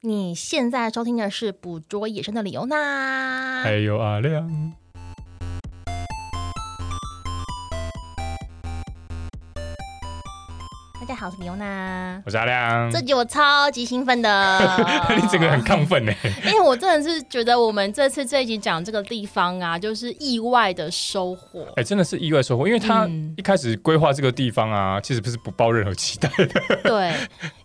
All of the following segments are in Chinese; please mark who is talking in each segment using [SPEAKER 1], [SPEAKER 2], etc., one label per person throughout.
[SPEAKER 1] 你现在收听的是《捕捉野生的理由》呢。
[SPEAKER 2] 还有阿亮，
[SPEAKER 1] 大家好，我是李欧娜。
[SPEAKER 2] 我是阿亮，，
[SPEAKER 1] 这集我超级兴奋的
[SPEAKER 2] 你整个很亢奋呢。欸
[SPEAKER 1] 因为我真的是觉得我们这次这一集讲这个地方啊，就是意外的收获。
[SPEAKER 2] 哎、真的是意外收获，因为他
[SPEAKER 1] 嗯
[SPEAKER 2] 一开始规划这个地方啊，其实不是不抱任何期待的。
[SPEAKER 1] 对，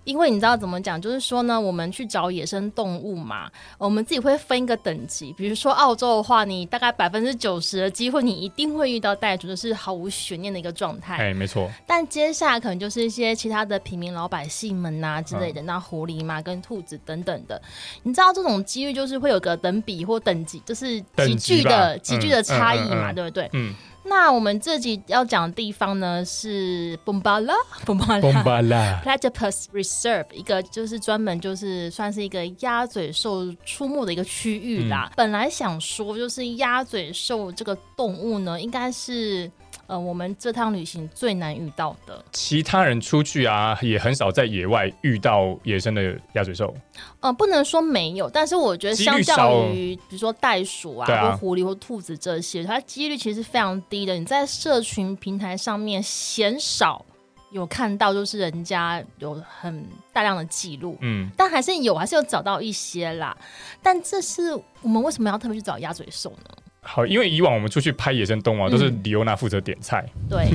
[SPEAKER 1] 因为你知道怎么讲，就是说呢，我们去找野生动物嘛，我们自己会分一个等级。比如说澳洲的话，你大概百分之九十的机会，你一定会遇到袋鼠，就是毫无悬念的一个状态。
[SPEAKER 2] 哎、没错，
[SPEAKER 1] 但接下来可能就是一些其他的平民老百姓们呐、之类的，
[SPEAKER 2] 嗯
[SPEAKER 1] 那狐狸嘛、跟兔子等等的，你知道这种机遇就是会有个等比或等级，就是急
[SPEAKER 2] 等级
[SPEAKER 1] 剧
[SPEAKER 2] 吧
[SPEAKER 1] 的
[SPEAKER 2] 嗯
[SPEAKER 1] 急剧的差异嘛，
[SPEAKER 2] 嗯嗯嗯
[SPEAKER 1] 对不对？
[SPEAKER 2] 嗯，
[SPEAKER 1] 那我们这集要讲的地方呢是 Bombala Bombala
[SPEAKER 2] 巴拉，
[SPEAKER 1] Platypus Reserve，一个就是专门就是算是一个鸭嘴兽出没的一个区域
[SPEAKER 2] 嗯
[SPEAKER 1] 啦。本来想说就是鸭嘴兽这个动物呢，应该是。呃，我们这趟旅行最难遇到的，
[SPEAKER 2] 其他人出去啊，也很少在野外遇到野生的鸭嘴兽。
[SPEAKER 1] 呃，不能说没有，但是我觉得
[SPEAKER 2] 几率
[SPEAKER 1] 相
[SPEAKER 2] 少
[SPEAKER 1] 较
[SPEAKER 2] 哦
[SPEAKER 1] 于比如说袋鼠啊，
[SPEAKER 2] 对啊
[SPEAKER 1] 或狐狸或兔子这些，它几率其实非常低的。你在社群平台上面鲜少有看到，就是人家有很大量的记录。
[SPEAKER 2] 嗯，
[SPEAKER 1] 但还是有，还是有找到一些啦。但这是我们为什么要特别去找鸭嘴兽呢？
[SPEAKER 2] 好，因为以往我们出去拍野生动物、啊，都
[SPEAKER 1] 嗯
[SPEAKER 2] 是李欧娜负责点菜，
[SPEAKER 1] 对，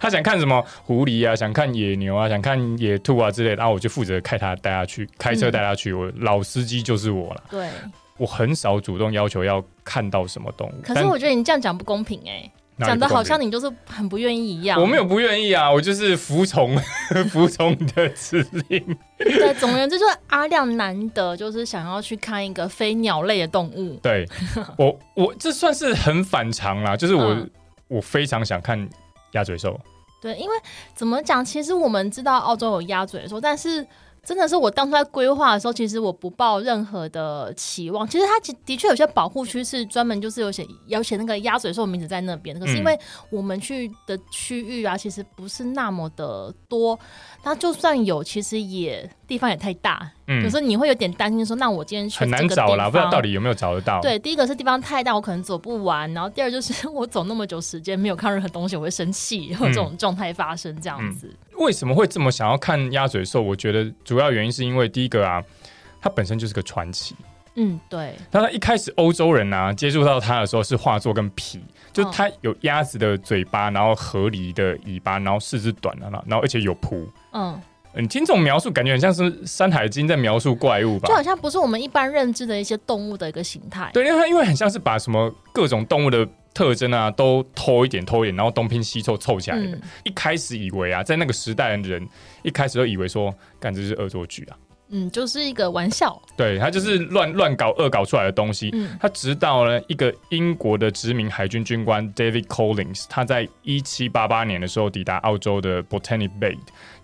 [SPEAKER 2] 她想看什么狐狸啊，想看野牛啊，想看野兔啊之类的，然后我就负责开她带她去，开车
[SPEAKER 1] 嗯
[SPEAKER 2] 带她去，我老司机就是我了。
[SPEAKER 1] 对。
[SPEAKER 2] 我很少主动要求要看到什么动物，
[SPEAKER 1] 可是
[SPEAKER 2] 但
[SPEAKER 1] 我觉得你这样讲不公平哎、
[SPEAKER 2] 哪里
[SPEAKER 1] 讲的
[SPEAKER 2] 不公
[SPEAKER 1] 好
[SPEAKER 2] 平
[SPEAKER 1] 像你就是很不愿意一样。
[SPEAKER 2] 我没有不愿意啊，我就是服从 服从你的指令。
[SPEAKER 1] 对，总而言之，就是阿亮难得就是想要去看一个非鸟类的动物。
[SPEAKER 2] 对我，我这算是很反常啦，就是我、
[SPEAKER 1] 嗯
[SPEAKER 2] 我非常想看鸭嘴兽，
[SPEAKER 1] 对，因为怎么讲，其实我们知道澳洲有鸭嘴兽，但是真的是我当初在规划的时候，其实我不抱任何的期望。其实它其的确有些保护区是专门就是有写有写那个鸭嘴兽名字在那边，可是因
[SPEAKER 2] 嗯
[SPEAKER 1] 为我们去的区域啊，其实不是那么的多，那就算有，其实也地方也太大，有
[SPEAKER 2] 嗯
[SPEAKER 1] 时，候你会有点担心说，那我今天去
[SPEAKER 2] 很难
[SPEAKER 1] 这个地
[SPEAKER 2] 找啦，不知道
[SPEAKER 1] 方
[SPEAKER 2] 到底有没有找得到。，
[SPEAKER 1] 对，第一个是地方太大，我可能走不完；然后第二就是 我走那么久时间没有看任何东西，我会生气，会有这种
[SPEAKER 2] 嗯
[SPEAKER 1] 状态发生这样子。
[SPEAKER 2] 为什么会这么想要看鸭嘴兽？我觉得主要原因是因为第一个啊，它本身就是个传奇。
[SPEAKER 1] 嗯对，
[SPEAKER 2] 那它一开始欧洲人啊接触到它的时候是画作跟皮，
[SPEAKER 1] 哦
[SPEAKER 2] 就是它有鸭子的嘴巴，然后河狸的尾巴，然后四肢短啊，然后而且有蹼。
[SPEAKER 1] 嗯，
[SPEAKER 2] 你听这种描述，感觉很像是《山海经》在描述怪物吧
[SPEAKER 1] 就？好像不是我们一般认知的一些动物的一个形态。
[SPEAKER 2] 对，因为它因为很像是把什么各种动物的特征啊，都偷一点偷一点，然后东拼西凑凑起来的。
[SPEAKER 1] 嗯
[SPEAKER 2] 一开始以为啊，在那个时代的人一开始都以为说，干这是恶作剧啊，
[SPEAKER 1] 嗯，就是一个玩笑。
[SPEAKER 2] 对，他就是乱乱搞恶搞出来的东西。
[SPEAKER 1] 嗯
[SPEAKER 2] 他直到呢，一个英国的殖民海军军官 David Collins，他在一七八八年的时候抵达澳洲的 Botany Bay，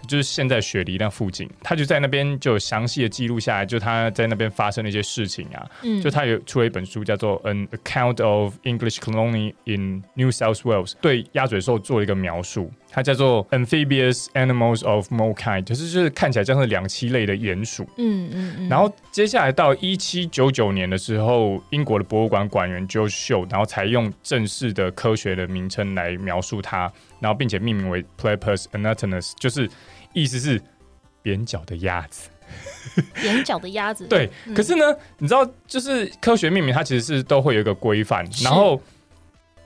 [SPEAKER 2] 就是现在雪梨那附近，他就在那边就有详细的记录下来，就他在那边发生的一些事情啊，
[SPEAKER 1] 嗯，
[SPEAKER 2] 就他有出了一本书叫做《An Account of English Colony in New South Wales》，对鸭嘴兽做了一个描述，它叫做《Amphibious Animals of Mokai》，就是就是看起来像是两栖类的鼹鼠。
[SPEAKER 1] 嗯嗯嗯，
[SPEAKER 2] 然后接下来到一七九九年的时候，英国的博物馆馆员 Joe Show，然后才用正式的科学的名称来描述它，然后并且命名为 Platypus anatomist，就是意思是扁脚的鸭子。
[SPEAKER 1] 嗯眼角的鸭子。
[SPEAKER 2] 对，
[SPEAKER 1] 嗯
[SPEAKER 2] 可是呢，你知道，就是科学命名它其实是都会有一个规范，
[SPEAKER 1] 是
[SPEAKER 2] 然后。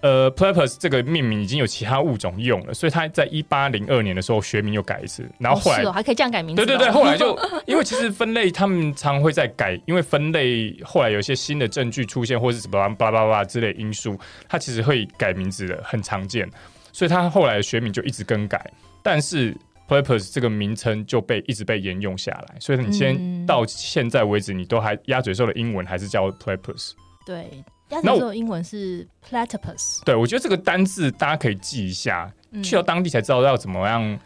[SPEAKER 2] 呃，platypus 这个命名已经有其他物种用了，所以它在一八零二年的时候学名又改一次，然后后来
[SPEAKER 1] 哦是哦，还可以这样改名字
[SPEAKER 2] 对
[SPEAKER 1] 哦。
[SPEAKER 2] 对对，后来就因为其实分类他们常会在改，因为分类后来有一些新的证据出现，或是什么巴拉巴拉巴拉之类因素，它其实会改名字的，很常见。所以它后来的学名就一直更改，但是 platypus 这个名称就被一直被沿用下来。所以你
[SPEAKER 1] 嗯
[SPEAKER 2] 先到现在为止，你都还鸭嘴兽的英文还是叫 platypus。
[SPEAKER 1] 对，鸭
[SPEAKER 2] 那
[SPEAKER 1] 子
[SPEAKER 2] 我
[SPEAKER 1] 兽英文是 platypus。
[SPEAKER 2] 对我觉得这个单字大家可以记一下，
[SPEAKER 1] 嗯
[SPEAKER 2] 去到当地才知道要怎么样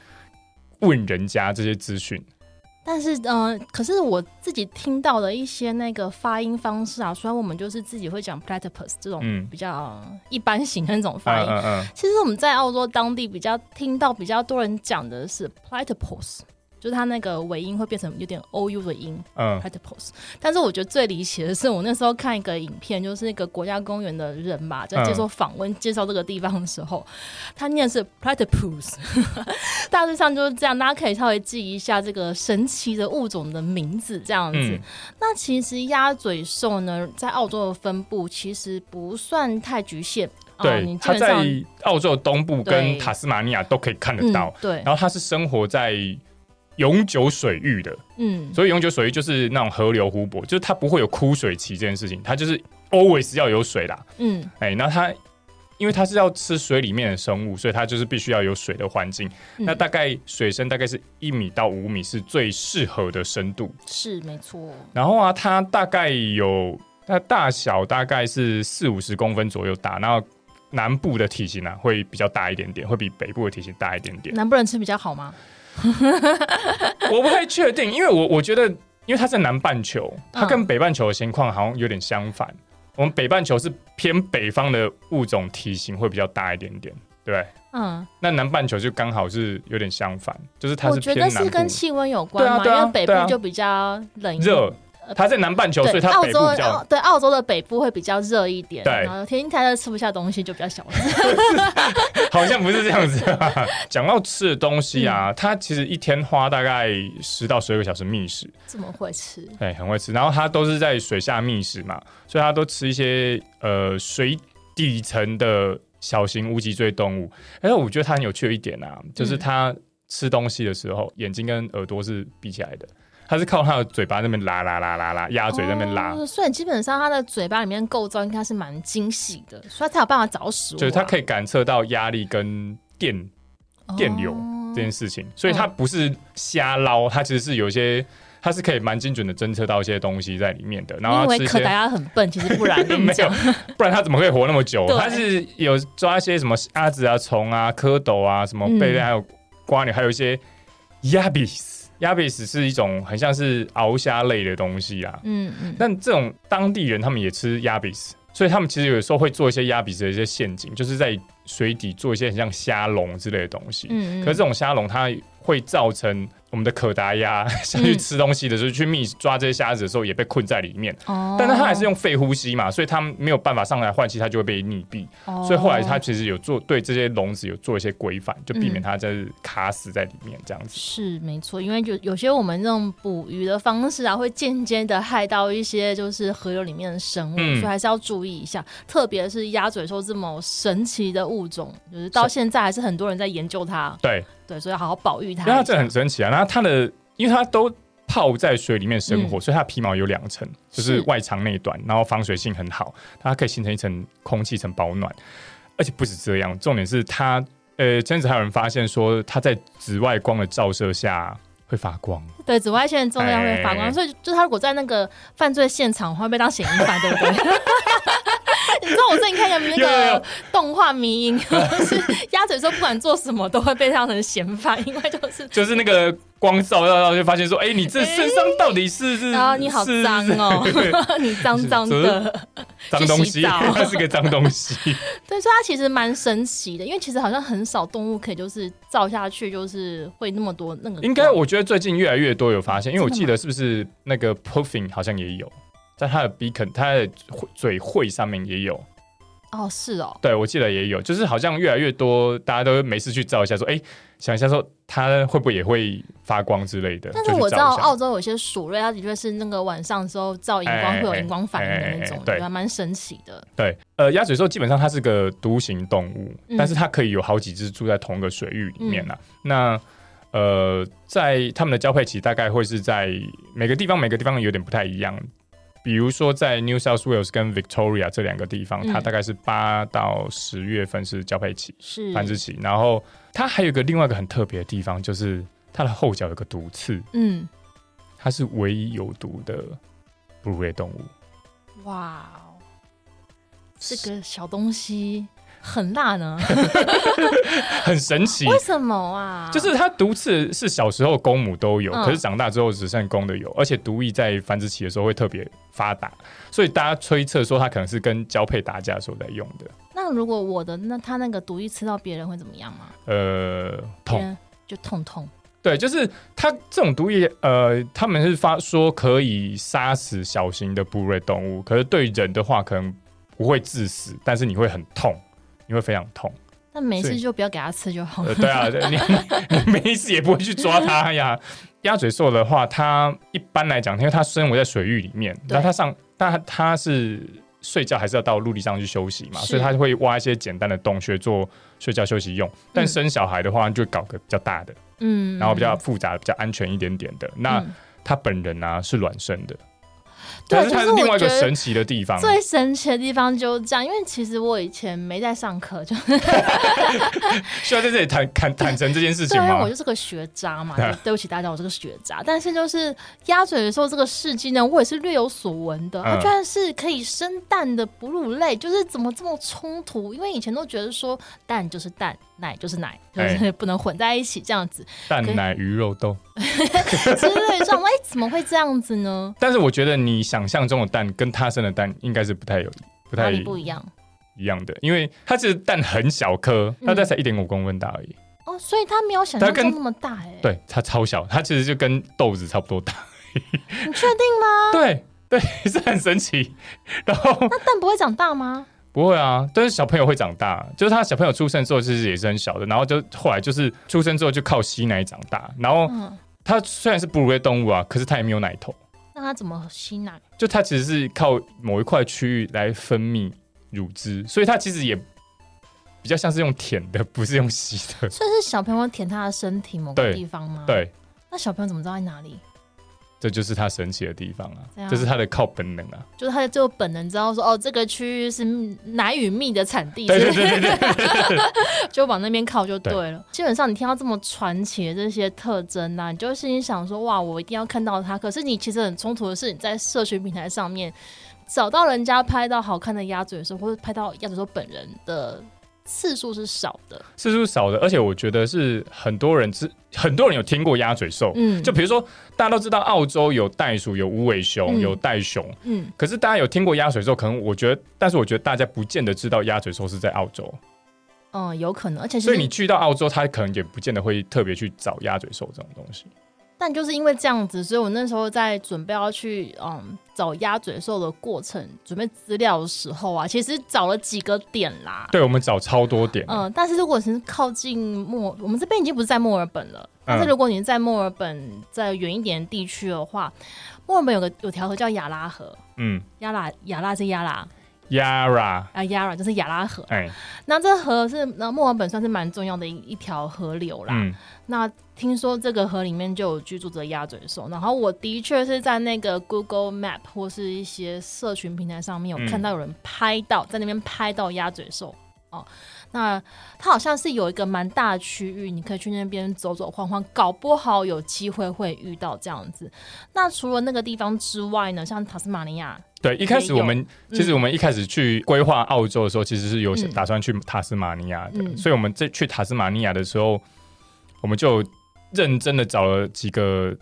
[SPEAKER 2] 问人家这些资讯。
[SPEAKER 1] 但是，嗯、可是我自己听到的一些那个发音方式啊，虽然我们就是自己会讲 platypus 这种
[SPEAKER 2] 嗯
[SPEAKER 1] 比较一般型的那种发
[SPEAKER 2] 嗯
[SPEAKER 1] 音，
[SPEAKER 2] 嗯嗯，
[SPEAKER 1] 其实我们在澳洲当地比较听到比较多人讲的是 platypus，就是它那个尾音会变成有点 o u 的音
[SPEAKER 2] 嗯
[SPEAKER 1] platypus。但是我觉得最离奇的是，我那时候看一个影片，就是那个国家公园的人嘛，在接受访问、介绍这个地方的时候，他念的是 platypus，大致上就是这样。大家可以稍微记一下这个神奇的物种的名字，这样子。
[SPEAKER 2] 嗯，
[SPEAKER 1] 那其实鸭嘴兽呢，在澳洲的分布其实不算太局限。哦、
[SPEAKER 2] 对
[SPEAKER 1] 你，基
[SPEAKER 2] 它
[SPEAKER 1] 本
[SPEAKER 2] 在
[SPEAKER 1] 上
[SPEAKER 2] 澳洲东部跟
[SPEAKER 1] 对
[SPEAKER 2] 塔斯马尼亚都可以看得
[SPEAKER 1] 嗯
[SPEAKER 2] 到，
[SPEAKER 1] 对，
[SPEAKER 2] 然后它是生活在永久水域的，
[SPEAKER 1] 嗯，
[SPEAKER 2] 所以永久水域就是那种河流湖泊，就是它不会有枯水期这件事情，它就是 always 要有水啦。
[SPEAKER 1] 嗯，
[SPEAKER 2] 哎，那它因为它是要吃水里面的生物，所以它就是必须要有水的环境。
[SPEAKER 1] 嗯
[SPEAKER 2] 那大概水深大概是一米到五米是最适合的深度。
[SPEAKER 1] 是没错，
[SPEAKER 2] 然后啊，它大概有它大小大概是四五十公分左右大，然后南部的体型啊会比较大一点点，会比北部的体型大一点 点。
[SPEAKER 1] 南部人吃比较好吗？
[SPEAKER 2] 我不太确定，因为我我觉得，因为它在南半球，它跟北半球的情况好像有点相反。我们北半球是偏北方的物种，体型会比较大一点点，对不对。
[SPEAKER 1] 嗯，
[SPEAKER 2] 那南半球就刚好是有点相反，就是它
[SPEAKER 1] 我
[SPEAKER 2] 是
[SPEAKER 1] 觉
[SPEAKER 2] 偏
[SPEAKER 1] 得
[SPEAKER 2] 南
[SPEAKER 1] 是跟
[SPEAKER 2] 部。
[SPEAKER 1] 气温有关嘛，
[SPEAKER 2] 对啊对啊
[SPEAKER 1] 因为北
[SPEAKER 2] 对啊
[SPEAKER 1] 部就比较冷一点
[SPEAKER 2] 热，它在南半球，所
[SPEAKER 1] 对，
[SPEAKER 2] 以它
[SPEAKER 1] 澳
[SPEAKER 2] 北
[SPEAKER 1] 洲
[SPEAKER 2] 部比
[SPEAKER 1] 澳
[SPEAKER 2] 较
[SPEAKER 1] 对澳洲的北部会比较热一点，
[SPEAKER 2] 对
[SPEAKER 1] 然后天气太热吃不下东西就比较小 了。
[SPEAKER 2] 好像不是这样子、啊。 讲到吃的东西啊，它其实一天花大概十到十二个小时觅食，
[SPEAKER 1] 怎么会吃？
[SPEAKER 2] 对，很会吃。然后它都是在水下觅食嘛，所以它都吃一些呃水底层的小型无脊椎动物。而且我觉得它很有趣的一点啊，就是它吃东西的时候，眼睛跟耳朵是闭起来的，它是靠它的嘴巴那边拉拉拉拉拉，鸭嘴在那边拉。
[SPEAKER 1] 哦所以基本上它的嘴巴里面构造应该是蛮精细的，所以它才有办法找食物啊、
[SPEAKER 2] 就是它可以感测到压力跟电电流
[SPEAKER 1] 哦嗯
[SPEAKER 2] 这件事情，所以它不是瞎捞，它其实是有一些，它是可以蛮精准的侦测到一些东西在里面的。然后
[SPEAKER 1] 你
[SPEAKER 2] 它
[SPEAKER 1] 以
[SPEAKER 2] 吃
[SPEAKER 1] 为
[SPEAKER 2] 一
[SPEAKER 1] 可
[SPEAKER 2] 些
[SPEAKER 1] 达鸭很笨，其实不 然。跟你
[SPEAKER 2] 没有
[SPEAKER 1] 讲，，
[SPEAKER 2] 不然它怎么会活那么久？
[SPEAKER 1] 对
[SPEAKER 2] 它是有抓一些什么虾子啊、虫啊、蝌蚪啊、什么贝类，
[SPEAKER 1] 嗯
[SPEAKER 2] 还有瓜牛，还有一些亚比斯。亚比斯是一种很像是鳌虾类的东西啊。
[SPEAKER 1] 嗯嗯，
[SPEAKER 2] 但这种当地人他们也吃亚比斯，所以他们其实有时候会做一些亚比斯的一些陷阱，就是在水底做一些很像虾笼之类的东西。
[SPEAKER 1] 嗯嗯，
[SPEAKER 2] 可是这种虾笼它会造成我们的可达鸭 下
[SPEAKER 1] 嗯
[SPEAKER 2] 去吃东西的时候，去觅抓这些虾子的时候也被困在里面。
[SPEAKER 1] 哦，
[SPEAKER 2] 但是它还是用肺呼吸嘛，所以它没有办法上来换气，它就会被溺毙。
[SPEAKER 1] 哦，
[SPEAKER 2] 所以后来它其实有做对这些笼子有做一些规范，就避免
[SPEAKER 1] 嗯
[SPEAKER 2] 它在卡死在里面这样子。
[SPEAKER 1] 是没错，因为有有些我们这种捕鱼的方式啊，会间接的害到一些就是河流里面的生物，
[SPEAKER 2] 嗯
[SPEAKER 1] 所以还是要注意一下。特别是鸭嘴兽这么神奇的物种，就是到
[SPEAKER 2] 是
[SPEAKER 1] 现在还是很多人在研究它，
[SPEAKER 2] 对，
[SPEAKER 1] 对，所以要好好保育它一
[SPEAKER 2] 因
[SPEAKER 1] 下。
[SPEAKER 2] 为它这很神奇啊。然后它的，因为它都泡在水里面生活，所以它的皮毛有两层，就是
[SPEAKER 1] 嗯是
[SPEAKER 2] 外长内短，然后防水性很好，它可以形成一层空气层保暖。而且不止这样，重点是它，呃，甚至还有人发现说，它在紫外光的照射下会发 光。
[SPEAKER 1] 对紫外线的重量会发光，
[SPEAKER 2] 哎
[SPEAKER 1] 所以就他如果在那个犯罪现场会被当嫌疑犯，对不 对？你知道我最近看一个那
[SPEAKER 2] 有有有
[SPEAKER 1] 个动画迷影， 就是鸭嘴兽不管做什么都会被当成嫌犯，因为就是
[SPEAKER 2] 就是那个光照到到就发现说，哎、你这身上到底是是？
[SPEAKER 1] 然后啊你好
[SPEAKER 2] 嗯是
[SPEAKER 1] 脏 哦，你脏脏的，
[SPEAKER 2] 脏东西，
[SPEAKER 1] 去洗澡
[SPEAKER 2] 它是个脏东西。
[SPEAKER 1] 对，所以它其实蛮神奇的，因为其实好像很少动物可以就是照下去，就是会那么多那个光。
[SPEAKER 2] 应该我觉得最近越来越多有发现，因为我
[SPEAKER 1] 真的吗
[SPEAKER 2] 记得是不是那个 puffing 好像也有，在它的鼻孔、它的嘴喙上面也有。
[SPEAKER 1] 哦是哦，
[SPEAKER 2] 对，我记得也有，就是好像越来越多，大家都没事去照一下，说，哎、想一下说它会不会也会发光之类的。
[SPEAKER 1] 但是
[SPEAKER 2] 就去
[SPEAKER 1] 我知
[SPEAKER 2] 照
[SPEAKER 1] 道
[SPEAKER 2] 一下
[SPEAKER 1] 澳洲有些鼠类，它的确是那个晚上的时候照荧光
[SPEAKER 2] 哎
[SPEAKER 1] 会有荧光反应的那
[SPEAKER 2] 哎哎
[SPEAKER 1] 种
[SPEAKER 2] 哎，
[SPEAKER 1] 对
[SPEAKER 2] 对
[SPEAKER 1] 吧，蛮神奇的。
[SPEAKER 2] 对，呃，鸭嘴兽基本上它是个独行动物，
[SPEAKER 1] 嗯
[SPEAKER 2] 但是它可以有好几只住在同一个水域里面啦。啊那呃，在它们的交配期大概会是在每个地方每个地方有点不太一样，比如说在 New South Wales 跟 Victoria 这两个地方，它
[SPEAKER 1] 嗯
[SPEAKER 2] 大概是八到十月份是交配期、
[SPEAKER 1] 是
[SPEAKER 2] 繁殖期，然后它还有一个另外一个很特别的地方，就是它的后脚有个毒刺，
[SPEAKER 1] 嗯，
[SPEAKER 2] 它是唯一有毒的哺乳类动物。
[SPEAKER 1] 哇哦，这个小东西很辣 呢，
[SPEAKER 2] 很神奇，
[SPEAKER 1] 为什么啊？
[SPEAKER 2] 就是它毒刺是小时候公母都有，
[SPEAKER 1] 嗯
[SPEAKER 2] 可是长大之后只剩公的有，而且毒液在繁殖期的时候会特别发达，所以大家推测说它可能是跟交配打架的时候在用的。
[SPEAKER 1] 那如果我的那它那个毒液吃到别人会怎么样吗？
[SPEAKER 2] 呃，
[SPEAKER 1] 别
[SPEAKER 2] 痛，
[SPEAKER 1] 人就痛痛
[SPEAKER 2] 对，就是它这种毒液，呃，他们是发说可以杀死小型的哺乳类动物，可是对人的话可能不会致死，但是你会很痛，你会非常痛。
[SPEAKER 1] 那没
[SPEAKER 2] 所
[SPEAKER 1] 事
[SPEAKER 2] 以
[SPEAKER 1] 就不要给它吃就好
[SPEAKER 2] 呃，
[SPEAKER 1] 了。
[SPEAKER 2] 对啊，对你你没事也不会去抓它呀。鸭嘴兽的话，它一般来讲，因为它生活在水域里面，
[SPEAKER 1] 对
[SPEAKER 2] 然后它上，但它它是睡觉还是要到陆地上去休息嘛，
[SPEAKER 1] 是
[SPEAKER 2] 所以它会挖一些简单的洞穴做睡觉休息用。但
[SPEAKER 1] 嗯
[SPEAKER 2] 生小孩的话，就搞个比较大的，
[SPEAKER 1] 嗯，
[SPEAKER 2] 然后比较复杂、比较安全一点点的。那
[SPEAKER 1] 嗯
[SPEAKER 2] 它本人啊是卵生的，
[SPEAKER 1] 对啊
[SPEAKER 2] 但是
[SPEAKER 1] 就
[SPEAKER 2] 它
[SPEAKER 1] 是我
[SPEAKER 2] 另外一
[SPEAKER 1] 觉
[SPEAKER 2] 个
[SPEAKER 1] 得
[SPEAKER 2] 神奇的地方，
[SPEAKER 1] 最神奇的地方就是这样，因为其实我以前没在上课，就
[SPEAKER 2] 需要在这里坦坦坦诚这件事
[SPEAKER 1] 虽
[SPEAKER 2] 情
[SPEAKER 1] 然啊我
[SPEAKER 2] 吗
[SPEAKER 1] 就？是个学渣 嘛，
[SPEAKER 2] 对
[SPEAKER 1] 对对不起大家，我是个学渣。但是就是鸭嘴兽这个事迹呢，我也是略有所闻的。它
[SPEAKER 2] 嗯
[SPEAKER 1] 居然是可以生蛋的哺乳类，就是怎么这么冲突？因为以前都觉得说蛋就是蛋，奶就是奶，就
[SPEAKER 2] 哎
[SPEAKER 1] 是不能混在一起这样 子
[SPEAKER 2] 蛋奶鱼肉豆。
[SPEAKER 1] 之类的。哎，怎么会这样子呢？
[SPEAKER 2] 但是我觉得你想象中的蛋跟他生的蛋应该是不太有 不
[SPEAKER 1] 哪
[SPEAKER 2] 太
[SPEAKER 1] 里不一样？
[SPEAKER 2] 一样的，因为它其实蛋很小颗，
[SPEAKER 1] 嗯
[SPEAKER 2] 它大概才一点五公分大而已。
[SPEAKER 1] 哦，所以它没有想象
[SPEAKER 2] 它跟
[SPEAKER 1] 中那么大哎、
[SPEAKER 2] 对，它超小，它其实就跟豆子差不多大。
[SPEAKER 1] 啊你确定吗？
[SPEAKER 2] 对对， 是很神奇。然后
[SPEAKER 1] 那蛋不会长大吗？
[SPEAKER 2] 不会啊，但是小朋友会长大，就是他小朋友出生之后其实也是很小的，然后就后来就是出生之后就靠吸奶长大。然后
[SPEAKER 1] 嗯，
[SPEAKER 2] 它虽然是哺乳类动物啊，可是它也没有奶头，
[SPEAKER 1] 那它怎么吸奶？
[SPEAKER 2] 就它其实是靠某一块区域来分泌乳汁，所以它其实也比较像是用舔的，不是用吸 的。
[SPEAKER 1] 所以是小朋友舔它的身体某个
[SPEAKER 2] 对
[SPEAKER 1] 地方吗？。
[SPEAKER 2] 对，
[SPEAKER 1] 那小朋友怎么知道在哪里？
[SPEAKER 2] 这就是它神奇的地方啊
[SPEAKER 1] 对啊，
[SPEAKER 2] 这是它的靠本能啊。
[SPEAKER 1] 就是他就本能知道说，哦，这个区域是奶与蜜的产地，
[SPEAKER 2] 对
[SPEAKER 1] 所
[SPEAKER 2] 对
[SPEAKER 1] 以
[SPEAKER 2] 对对对，
[SPEAKER 1] 就往那边靠就对
[SPEAKER 2] 对
[SPEAKER 1] 了。基本上你听到这么传奇的这些特征啊，你就心里想说，哇，我一定要看到它。可是你其实很冲突的是，你在社群平台上面找到人家拍到好看的鸭嘴兽，或者拍到鸭嘴兽本人的次数是少的。
[SPEAKER 2] 次数少的，而且我觉得是很多人知，很多人有听过鸭嘴兽。
[SPEAKER 1] 嗯，
[SPEAKER 2] 就比如说，大家都知道澳洲有袋鼠、有无尾
[SPEAKER 1] 嗯
[SPEAKER 2] 熊、有袋熊，
[SPEAKER 1] 嗯，
[SPEAKER 2] 可是大家有听过鸭嘴兽，可能我觉得，但是我觉得大家不见得知道鸭嘴兽是在澳洲，
[SPEAKER 1] 嗯，有可能，而且其
[SPEAKER 2] 所以你
[SPEAKER 1] 实，
[SPEAKER 2] 去到澳洲，他可能也不见得会特别去找鸭嘴兽这种东西。
[SPEAKER 1] 但就是因为这样子，所以我那时候在准备要去嗯找鸭嘴兽的过程，准备资料的时候啊，其实找了几个点啦。
[SPEAKER 2] 对，我们找超多点，
[SPEAKER 1] 嗯，但是如果是靠近墨，我们这边已经不是在墨尔本了。但是如果你是在墨尔本再远一点的地区的话，墨尔本有个有条河叫亚拉河，
[SPEAKER 2] 嗯
[SPEAKER 1] 亚拉亚拉是亚拉
[SPEAKER 2] ，Yara，
[SPEAKER 1] 啊，亚拉就是亚拉河。
[SPEAKER 2] 哎，
[SPEAKER 1] 那这河是那墨尔本算是蛮重要的一一条河流啦。
[SPEAKER 2] 嗯，
[SPEAKER 1] 那听说这个河里面就有居住着鸭嘴兽，然后我的确是在那个 Google Map 或是一些社群平台上面有
[SPEAKER 2] 嗯
[SPEAKER 1] 看到有人拍到、在那边拍到鸭嘴兽哦。那它好像是有一个蛮大的区域，你可以去那边走走晃晃，搞不好有机会会遇到这样子。那除了那个地方之外呢，像塔斯马尼亚，
[SPEAKER 2] 对，一开始我们
[SPEAKER 1] 有
[SPEAKER 2] 其实我们一开始去规划澳洲的时候，其实是有
[SPEAKER 1] 嗯
[SPEAKER 2] 打算去塔斯马尼亚的，
[SPEAKER 1] 嗯
[SPEAKER 2] 所以我们这去塔斯马尼亚的时候，我们就认真的找了几个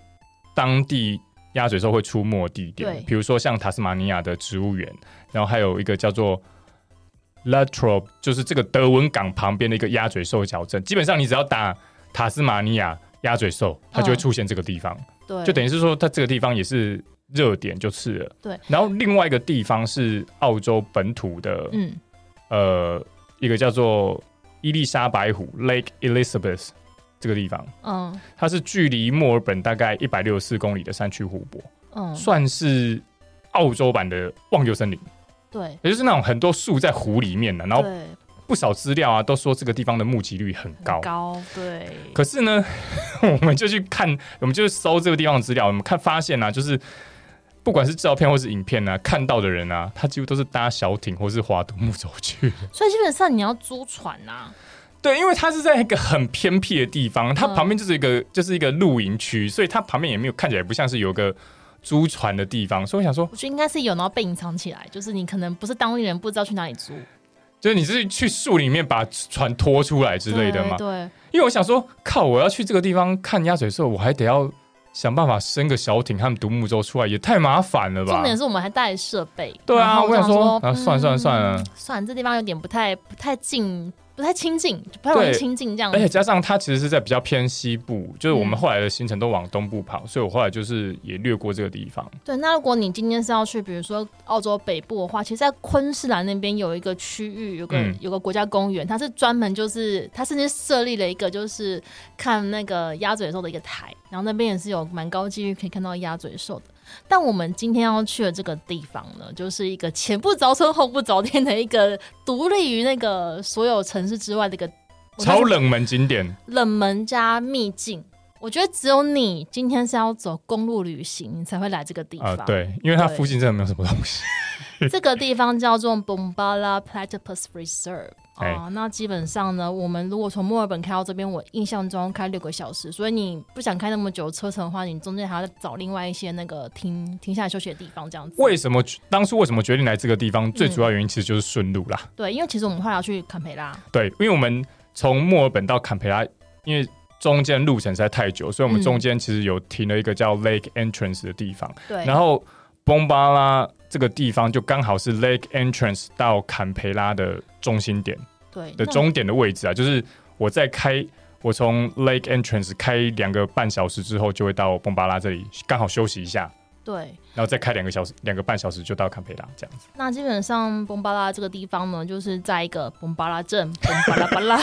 [SPEAKER 2] 当地鸭嘴兽会出没的地
[SPEAKER 1] 对
[SPEAKER 2] 点，比如说像塔斯马尼亚的植物园，然后还有一个叫做 Latrobe，就是这个德文港旁边的一个鸭嘴兽小镇。基本上你只要打塔斯马尼亚鸭嘴兽，它就会
[SPEAKER 1] 嗯
[SPEAKER 2] 出现这个地方。
[SPEAKER 1] 对，
[SPEAKER 2] 就等于是说，它这个地方也是热点就是了。
[SPEAKER 1] 对，
[SPEAKER 2] 然后另外一个地方是澳洲本土的，
[SPEAKER 1] 嗯，
[SPEAKER 2] 呃，一个叫做伊丽莎白湖 （Lake Elizabeth） 这个地方，
[SPEAKER 1] 嗯
[SPEAKER 2] 它是距离墨尔本大概一百六十四公里的山区湖泊，
[SPEAKER 1] 嗯，
[SPEAKER 2] 算是澳洲版的忘忧森林，
[SPEAKER 1] 对
[SPEAKER 2] 也就是那种很多树在湖里面的、然后
[SPEAKER 1] 对，
[SPEAKER 2] 不少资料啊都说这个地方的目击率很
[SPEAKER 1] 很
[SPEAKER 2] 高。
[SPEAKER 1] 高对，
[SPEAKER 2] 可是呢， 我们就去看，我们就搜这个地方的资料，我们看发现啊，就是不管是照片或是影片啊，看到的人啊，他几乎都是搭小艇或是划独木舟 去。
[SPEAKER 1] 所以基本上你要租船啊，
[SPEAKER 2] 对，因为它是在一个很偏僻的地方，它
[SPEAKER 1] 嗯
[SPEAKER 2] 旁边就是一个、就是一个露营区，所以它旁边也没有看起来不像是有个租船的地方，所以我想说，
[SPEAKER 1] 我觉得应该是有，然后被隐藏起来，就是你可能不是当地人，不知道去哪里租
[SPEAKER 2] 就是你是去树里面把船拖出来之类的嘛
[SPEAKER 1] 对，？对
[SPEAKER 2] 因为我想说，靠，我要去这个地方看鸭嘴兽，我还得要。想办法升个小艇和独木舟出来，也太麻烦了吧？
[SPEAKER 1] 重点是我们还带设备。
[SPEAKER 2] 对啊
[SPEAKER 1] 然后我
[SPEAKER 2] 我想
[SPEAKER 1] 说
[SPEAKER 2] 说，啊算了算了算了
[SPEAKER 1] 嗯算了，这地方有点不太不太近，不不太亲近，就不太容易亲近这样
[SPEAKER 2] 而
[SPEAKER 1] 子。
[SPEAKER 2] 且加上它其实是在比较偏西部，就是我们后来的行程都往东部
[SPEAKER 1] 嗯
[SPEAKER 2] 跑，所以我后来就是也略过这个地方。
[SPEAKER 1] 对，那如果你今天是要去，比如说澳洲北部的话，其实，在昆士兰那边有一个区域，有个、
[SPEAKER 2] 嗯
[SPEAKER 1] 有个国家公园，它是专门就是它甚至设立了一个就是看那个鸭嘴兽的一个台，然后那边也是有蛮高几率可以看到鸭嘴兽的。但我们今天要去的这个地方呢，就是一个前不着村后不着店的一个独立于那个所有城市之外的一个我
[SPEAKER 2] 超
[SPEAKER 1] 算是
[SPEAKER 2] 冷门景点，
[SPEAKER 1] 冷门加秘境。我觉得只有你今天是要走公路旅行，你才会来这个地
[SPEAKER 2] 啊、
[SPEAKER 1] 方。
[SPEAKER 2] 对，因为它
[SPEAKER 1] 对
[SPEAKER 2] 附近真的没有什么东西。
[SPEAKER 1] 这个地方叫做 Bombala Platypus Reserve。
[SPEAKER 2] 哎
[SPEAKER 1] 哦，那基本上呢，我们如果从墨尔本开到这边，我印象中开六个小时，所以你不想开那么久车程的话，你中间还要再找另外一些那个停停下来休息的地方，这样子。
[SPEAKER 2] 为什么当初为什么决定来这个地方？最主要原因其实就是顺路啦。
[SPEAKER 1] 对，因为其实我们后来要去坎培拉，
[SPEAKER 2] 对，因为我们从墨尔本到坎培拉，因为中间路程实在太久，所以我们
[SPEAKER 1] 嗯
[SPEAKER 2] 中间其实有停了一个叫 Lake Entrance 的地方，
[SPEAKER 1] 对，
[SPEAKER 2] 然后崩巴拉这个地方就刚好是 Lake Entrance 到坎培拉的中心点
[SPEAKER 1] 对那
[SPEAKER 2] 的终点的位置啊，就是我在开。我从 Lake Entrance 开两个半小时之后，就会到崩巴拉这里，刚好休息一下，
[SPEAKER 1] 对，
[SPEAKER 2] 然后再开两个小时、两个半小时就到坎培拉这样子。
[SPEAKER 1] 那基本上崩巴拉这个地方呢，就是在一个崩巴拉 镇，崩巴拉巴拉，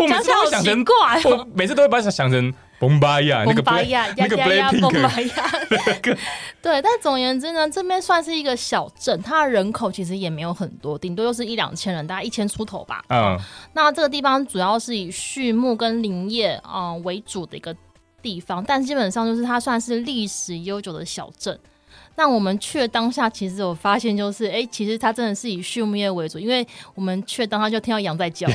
[SPEAKER 2] 我每
[SPEAKER 1] 讲
[SPEAKER 2] 次
[SPEAKER 1] 起来
[SPEAKER 2] 都
[SPEAKER 1] 好
[SPEAKER 2] 会想
[SPEAKER 1] 奇
[SPEAKER 2] 成，
[SPEAKER 1] 怪哦。
[SPEAKER 2] 我每次都会把它想成崩巴亚啊那
[SPEAKER 1] 崩
[SPEAKER 2] 个
[SPEAKER 1] 巴
[SPEAKER 2] Black-
[SPEAKER 1] 亚
[SPEAKER 2] 那
[SPEAKER 1] 呀
[SPEAKER 2] 个
[SPEAKER 1] 呀呀，
[SPEAKER 2] Blackpink
[SPEAKER 1] 崩巴 亚。对，但总而言之呢，这边算是一个小镇，它的人口其实也没有很多，顶多就是一两千人，大概一千出头吧。
[SPEAKER 2] 嗯，
[SPEAKER 1] 那这个地方主要是以畜牧跟林业啊、呃为主的一个地方，但基本上就是它算是历史悠久的小镇。那我们去的当下，其实我发现就是，哎、其实它真的是以畜牧业为主，因为我们去的当下就听到羊在叫。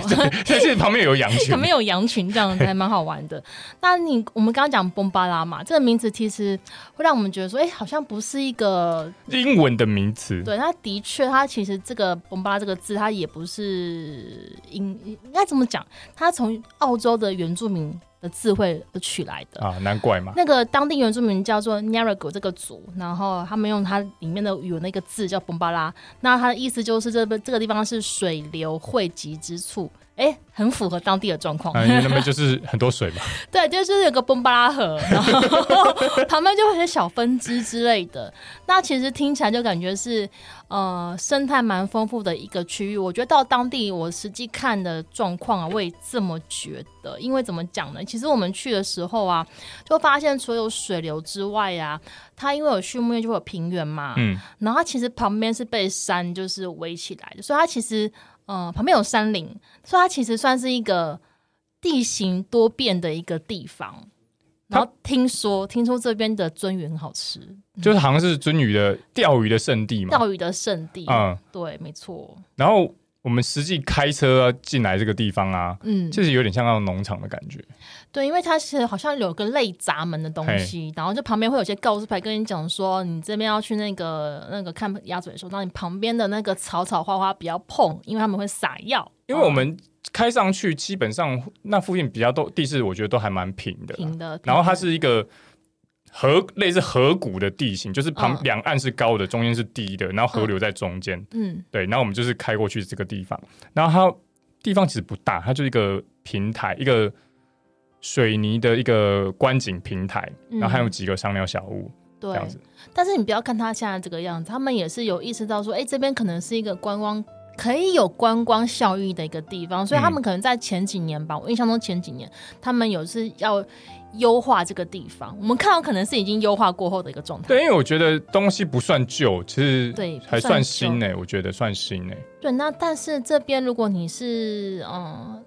[SPEAKER 2] 但是旁边有羊群
[SPEAKER 1] 旁，边有羊群，这样子还蛮好玩的。那你我们刚刚讲崩巴拉嘛，这个名字其实会让我们觉得说，哎、好像不是一个
[SPEAKER 2] 英文的名词，
[SPEAKER 1] 对。它的确，它其实这个崩巴拉这个字，它也不是英，应该怎么讲？它从澳洲的原住民的智慧而取来的。
[SPEAKER 2] 啊，难 怪嘛。
[SPEAKER 1] 那个当地原住民叫做 n a r a g o 这个族，然后他们用它里面的有那个字叫崩巴拉，那它的意思就是这边这个地方是水流汇集之处，哎、很符合当地的状况。
[SPEAKER 2] 啊，因为那边就是很多水嘛，
[SPEAKER 1] 对，就是有个崩巴拉河，然后旁边就会有些小分支之类的。那其实听起来就感觉是呃生态蛮丰富的一个区域。我觉得到当地我实际看的状况啊，我也这么觉得。因为怎么讲呢？其实我们去的时候啊，就发现除了有水流之外啊，它因为有畜牧业就会有平原嘛，
[SPEAKER 2] 嗯，
[SPEAKER 1] 然后它其实旁边是被山就是围起来的，所以它其实呃旁边有山林，所以它其实算是一个地形多变的一个地方。然后听说听说这边的鳟鱼很好吃，
[SPEAKER 2] 就是好像是鳟鱼的钓鱼的圣地嘛。
[SPEAKER 1] 钓鱼的圣地。
[SPEAKER 2] 嗯，
[SPEAKER 1] 对，没错。
[SPEAKER 2] 然后我们实际开车进来这个地方啊，
[SPEAKER 1] 嗯，
[SPEAKER 2] 就是有点像到农场的感觉。
[SPEAKER 1] 对，因为它是好像有个类闸门的东西，然后就旁边会有些告示牌跟你讲说，你这边要去那个那个看鸭嘴兽，那你旁边的那个草草花花不要碰，因为他们会撒药。
[SPEAKER 2] 因为我们
[SPEAKER 1] 哦
[SPEAKER 2] 开上去，基本上那附近比较都地势，我觉得都还蛮平的啦。
[SPEAKER 1] 平的，
[SPEAKER 2] 然后它
[SPEAKER 1] 平的
[SPEAKER 2] 是一个河，类似河谷的地形，就是旁
[SPEAKER 1] 嗯
[SPEAKER 2] 两岸是高的，中间是低的，然后河流在中间。
[SPEAKER 1] 嗯
[SPEAKER 2] 对，然后我们就是开过去这个地方，然后它地方其实不大，它就是一个平台，一个水泥的一个观景平台，
[SPEAKER 1] 嗯
[SPEAKER 2] 然后还有几个商料小屋这
[SPEAKER 1] 对，
[SPEAKER 2] 样子。
[SPEAKER 1] 但是你不要看他现在这个样子，他们也是有意识到说，哎、这边可能是一个观光。可以有观光效益的一个地方，所
[SPEAKER 2] 嗯
[SPEAKER 1] 以他们可能在前几年吧，我印象中前几年他们有是要优化这个地方。我们看到可能是已经优化过后的一个状态。
[SPEAKER 2] 对，因为我觉得东西不算旧，其实
[SPEAKER 1] 对
[SPEAKER 2] 还
[SPEAKER 1] 不算
[SPEAKER 2] 算新
[SPEAKER 1] 旧
[SPEAKER 2] 呢、我觉得算新欸呢、
[SPEAKER 1] 对，那但是这边如果你是嗯，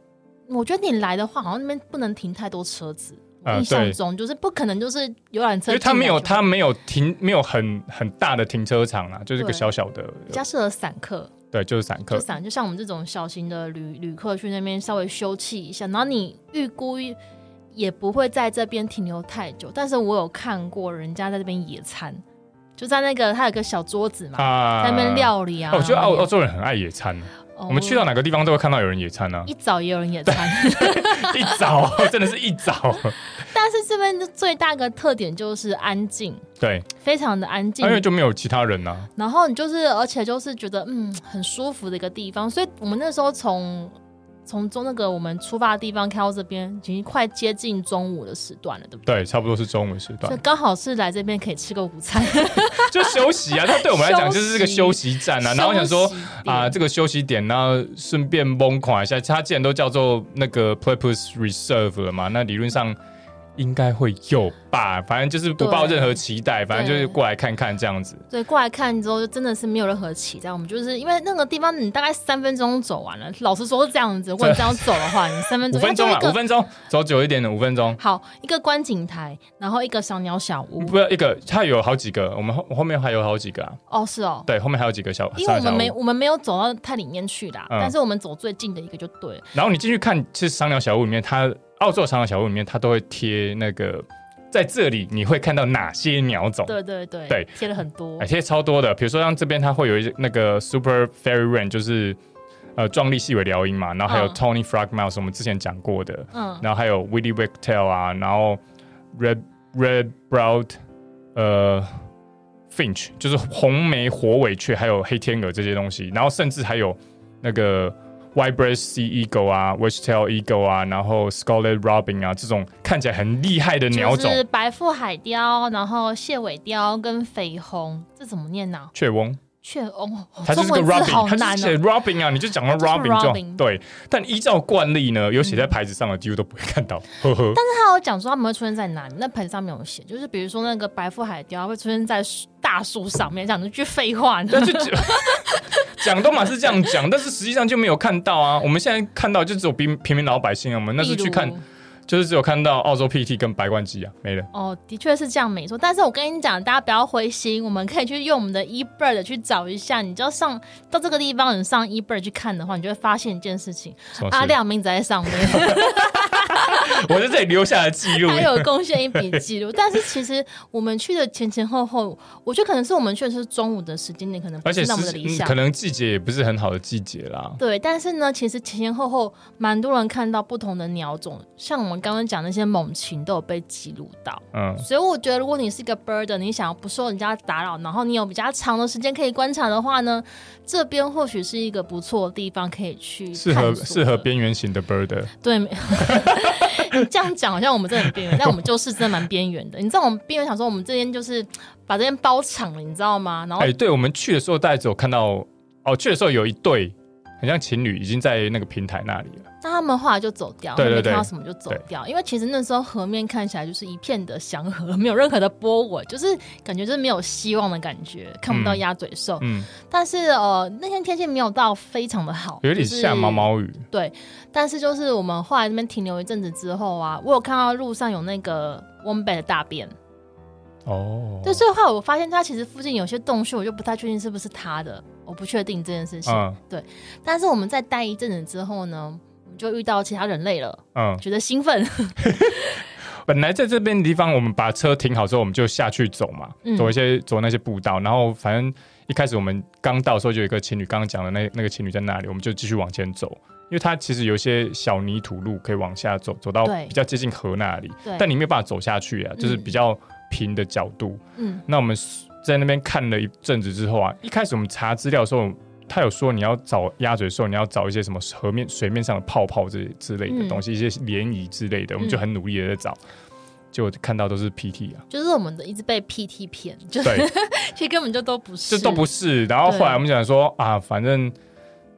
[SPEAKER 1] 我觉得你来的话，好像那边不能停太多车子。
[SPEAKER 2] 呃
[SPEAKER 1] 印象
[SPEAKER 2] 对
[SPEAKER 1] 中就是不可能就是游览车进来就，
[SPEAKER 2] 因为它没有它没有停没有很很大的停车场啦，就是一个
[SPEAKER 1] 对
[SPEAKER 2] 小小的，
[SPEAKER 1] 比较适合散客。
[SPEAKER 2] 对，就是散客
[SPEAKER 1] 就。散，就像我们这种小型的旅旅客去那边稍微休憩一下，然后你预估也不会在这边停留太久。但是我有看过人家在这边野餐，就在那个他有个小桌子嘛，
[SPEAKER 2] 啊
[SPEAKER 1] 在那边料理啊。
[SPEAKER 2] 哦我觉得
[SPEAKER 1] 然后
[SPEAKER 2] 澳
[SPEAKER 1] 也
[SPEAKER 2] 澳洲人很爱野餐、啊，
[SPEAKER 1] 哦
[SPEAKER 2] 我们去到哪个地方都会看到有人野餐 呢、
[SPEAKER 1] 一早也有人野餐，
[SPEAKER 2] 啊，一早 真的是一早，
[SPEAKER 1] 但是这边的最大的特点就是安静，
[SPEAKER 2] 对，
[SPEAKER 1] 非常的安静
[SPEAKER 2] 因。为就没有其他人呐、啊。
[SPEAKER 1] 然后你就是，而且就是觉得嗯很舒服的一个地方，所以我们那时候从从中那个我们出发的地方开到这边，已经快接近中午的时段了，对不对？
[SPEAKER 2] 对，差不多是中午时
[SPEAKER 1] 所
[SPEAKER 2] 段
[SPEAKER 1] 以，刚好是来这边可以吃个午 餐，
[SPEAKER 2] 就休息啊。它对我们来 讲就是个休息站啊。然后我想
[SPEAKER 1] 休
[SPEAKER 2] 说
[SPEAKER 1] 息点
[SPEAKER 2] 啊，这个休息点，然后顺便崩垮一下。它既然都叫做那个 Purpose Reserve 了嘛，那理论上应该会有吧。反正就是不抱
[SPEAKER 1] 对
[SPEAKER 2] 任何期待，反正就是过来看看这样子。
[SPEAKER 1] 对，过来看之后就真的是没有任何期待。我们就是因为那个地方，你大概三分钟走完了。老实说是这样子，如果你这样走的话，你三分
[SPEAKER 2] 五
[SPEAKER 1] 钟
[SPEAKER 2] 分钟
[SPEAKER 1] 它就
[SPEAKER 2] 啦，五
[SPEAKER 1] 一个
[SPEAKER 2] 分钟，走久一点的五分钟。
[SPEAKER 1] 好一个观景台，然后一个小鸟小屋。
[SPEAKER 2] 不要一个，它有好几个，我们后后面还有好几个啊。
[SPEAKER 1] 哦，是哦，
[SPEAKER 2] 对，后面还有几个小，
[SPEAKER 1] 因为我们
[SPEAKER 2] 商
[SPEAKER 1] 没
[SPEAKER 2] 量小屋
[SPEAKER 1] 我们没有走到太里面去啦，
[SPEAKER 2] 嗯
[SPEAKER 1] 但是我们走最近的一个就对了。
[SPEAKER 2] 然后你进去看，其实商量小屋里面，它澳洲的商量小屋里面，它都会贴那个，在这里你会看到哪些鸟种。
[SPEAKER 1] 对对对，
[SPEAKER 2] 对
[SPEAKER 1] 贴了很多
[SPEAKER 2] 哎，。贴超多的，比如说像这边它会有一些那个 Super Fairy Wren，就是呃壮丽细尾鹩鹰嘛，然后还有
[SPEAKER 1] 嗯
[SPEAKER 2] Tony Frog Mouse，我们之前讲过的，
[SPEAKER 1] 嗯，
[SPEAKER 2] 然后还有 Willy Wagtail 啊，然后 Red Red Broad，呃，Finch 就是红眉火尾雀，还有黑天鹅这些东西，然后甚至还有那个 White Breast Sea Eagle 啊，West Tail Eagle 啊，然后 Scarlet Robin 啊，这种看起来很厉害的鸟
[SPEAKER 1] 就
[SPEAKER 2] 种，
[SPEAKER 1] 是白腹海雕，然后蟹尾雕跟绯红，这怎么念呢、
[SPEAKER 2] 雀翁。
[SPEAKER 1] 雀哦，哦
[SPEAKER 2] 它就是
[SPEAKER 1] 中
[SPEAKER 2] 个
[SPEAKER 1] 文字好
[SPEAKER 2] Robin，它
[SPEAKER 1] 难
[SPEAKER 2] 就是写
[SPEAKER 1] 哦。
[SPEAKER 2] Robin 啊，你就讲到
[SPEAKER 1] 它就是
[SPEAKER 2] Robin 就好
[SPEAKER 1] Robin
[SPEAKER 2] 对。但依照惯例呢，有写在牌子上的几乎都不会看到，呵呵。
[SPEAKER 1] 但是他有讲说他们会出现在哪里，那盆上面有写，就是比如说那个白腹海雕会出现在树大树上面，讲这句废话呢
[SPEAKER 2] 但。是讲 讲都嘛是这样讲，但是实际上就没有看到啊。我们现在看到就只有平平民老百姓啊，我们那
[SPEAKER 1] 例
[SPEAKER 2] 次
[SPEAKER 1] 如
[SPEAKER 2] 去看就是只有看到澳洲 PT 跟白冠鸡啊，没了。
[SPEAKER 1] 哦，的确是这样没错。但是我跟你讲，大家不要灰心，我们可以去用我们的 eBird 去找一下。你只要上到这个地方，你上 eBird 去看的话，你就会发现一件事情：
[SPEAKER 2] 什么事
[SPEAKER 1] 阿亮名字在上面，
[SPEAKER 2] 我在这里留下了记录。
[SPEAKER 1] 他有贡献一笔记录。但是其实我们去的前前后后，我觉得可能是我们去的是中午的时间点，可能不
[SPEAKER 2] 而且
[SPEAKER 1] 是那么的
[SPEAKER 2] 是、
[SPEAKER 1] 理
[SPEAKER 2] 嗯、
[SPEAKER 1] 想
[SPEAKER 2] 可。能季节也不是很好的季节啦。
[SPEAKER 1] 对，但是呢，其实前前后后蛮多人看到不同的鸟种，像我们刚刚讲那些猛禽都有被记录到。
[SPEAKER 2] 嗯，
[SPEAKER 1] 所以我觉得，如果你是一个 bird，你想要不受人家打扰，然后你有比较长的时间可以观察的话呢，这边或许是一个不错的地方可以去
[SPEAKER 2] 适合
[SPEAKER 1] 探索的
[SPEAKER 2] 适合边缘型的 bird。
[SPEAKER 1] 对，没 这样讲好像我们真的很边缘，但我们就是真的蛮边缘的。你知道我们边缘，想说我们这边就是把这边包场了，你知道吗？然后
[SPEAKER 2] 哎、对，我们去的时候大概只有看到哦，去的时候有一对很像情侣已经在那个平台那里了。
[SPEAKER 1] 但他们后来就走掉，
[SPEAKER 2] 对
[SPEAKER 1] 他
[SPEAKER 2] 对
[SPEAKER 1] 们没看到
[SPEAKER 2] 对
[SPEAKER 1] 什么就走掉，因为其实那时候河面看起来就是一片的祥和，没有任何的波纹，就是感觉就是没有希望的感觉，看不到
[SPEAKER 2] 嗯
[SPEAKER 1] 鸭嘴兽。
[SPEAKER 2] 嗯，
[SPEAKER 1] 但是呃，那天天气没有到非常的好，
[SPEAKER 2] 有点
[SPEAKER 1] 就是
[SPEAKER 2] 下毛。毛雨。
[SPEAKER 1] 但是就是我们后来那边停留一阵子之后啊，我有看到路上有那个 wombat 的大便，
[SPEAKER 2] 哦，
[SPEAKER 1] 对，所以后来我发现它其实附近有些洞穴，我就不太确定是不是它的，我不确定这件事情。
[SPEAKER 2] 嗯
[SPEAKER 1] 但是我们在待一阵子之后呢，我们就遇到其他人类了，
[SPEAKER 2] 嗯，
[SPEAKER 1] 觉得兴奋，
[SPEAKER 2] 本来在这边的地方，我们把车停好之后，我们就下去走嘛，
[SPEAKER 1] 嗯
[SPEAKER 2] 走一些走那些步道。然后反正一开始我们刚到的时候，就有一个情侣，刚刚讲的那那个情侣在那里，我们就继续往前走，因为它其实有一些小泥土路可以往下走，走到
[SPEAKER 1] 对
[SPEAKER 2] 比较接近河那里，
[SPEAKER 1] 对，
[SPEAKER 2] 但你没有办法走下去啊，就是
[SPEAKER 1] 嗯
[SPEAKER 2] 比较平的角度。
[SPEAKER 1] 嗯，
[SPEAKER 2] 那我们在那边看了一阵子之后啊，一开始我们查资料的时候，他有说你要找鸭嘴兽，你要找一些什么河面水面上的泡泡这之类的
[SPEAKER 1] 嗯
[SPEAKER 2] 东西，一些涟漪之类的，我们就很努力的在找，结果看到都是 PT 啊，
[SPEAKER 1] 就是我们的一直被 PT 骗，就是
[SPEAKER 2] 对，
[SPEAKER 1] 其实根本就都不是，
[SPEAKER 2] 这都不是。然后后来
[SPEAKER 1] 对
[SPEAKER 2] 我们想说啊，反正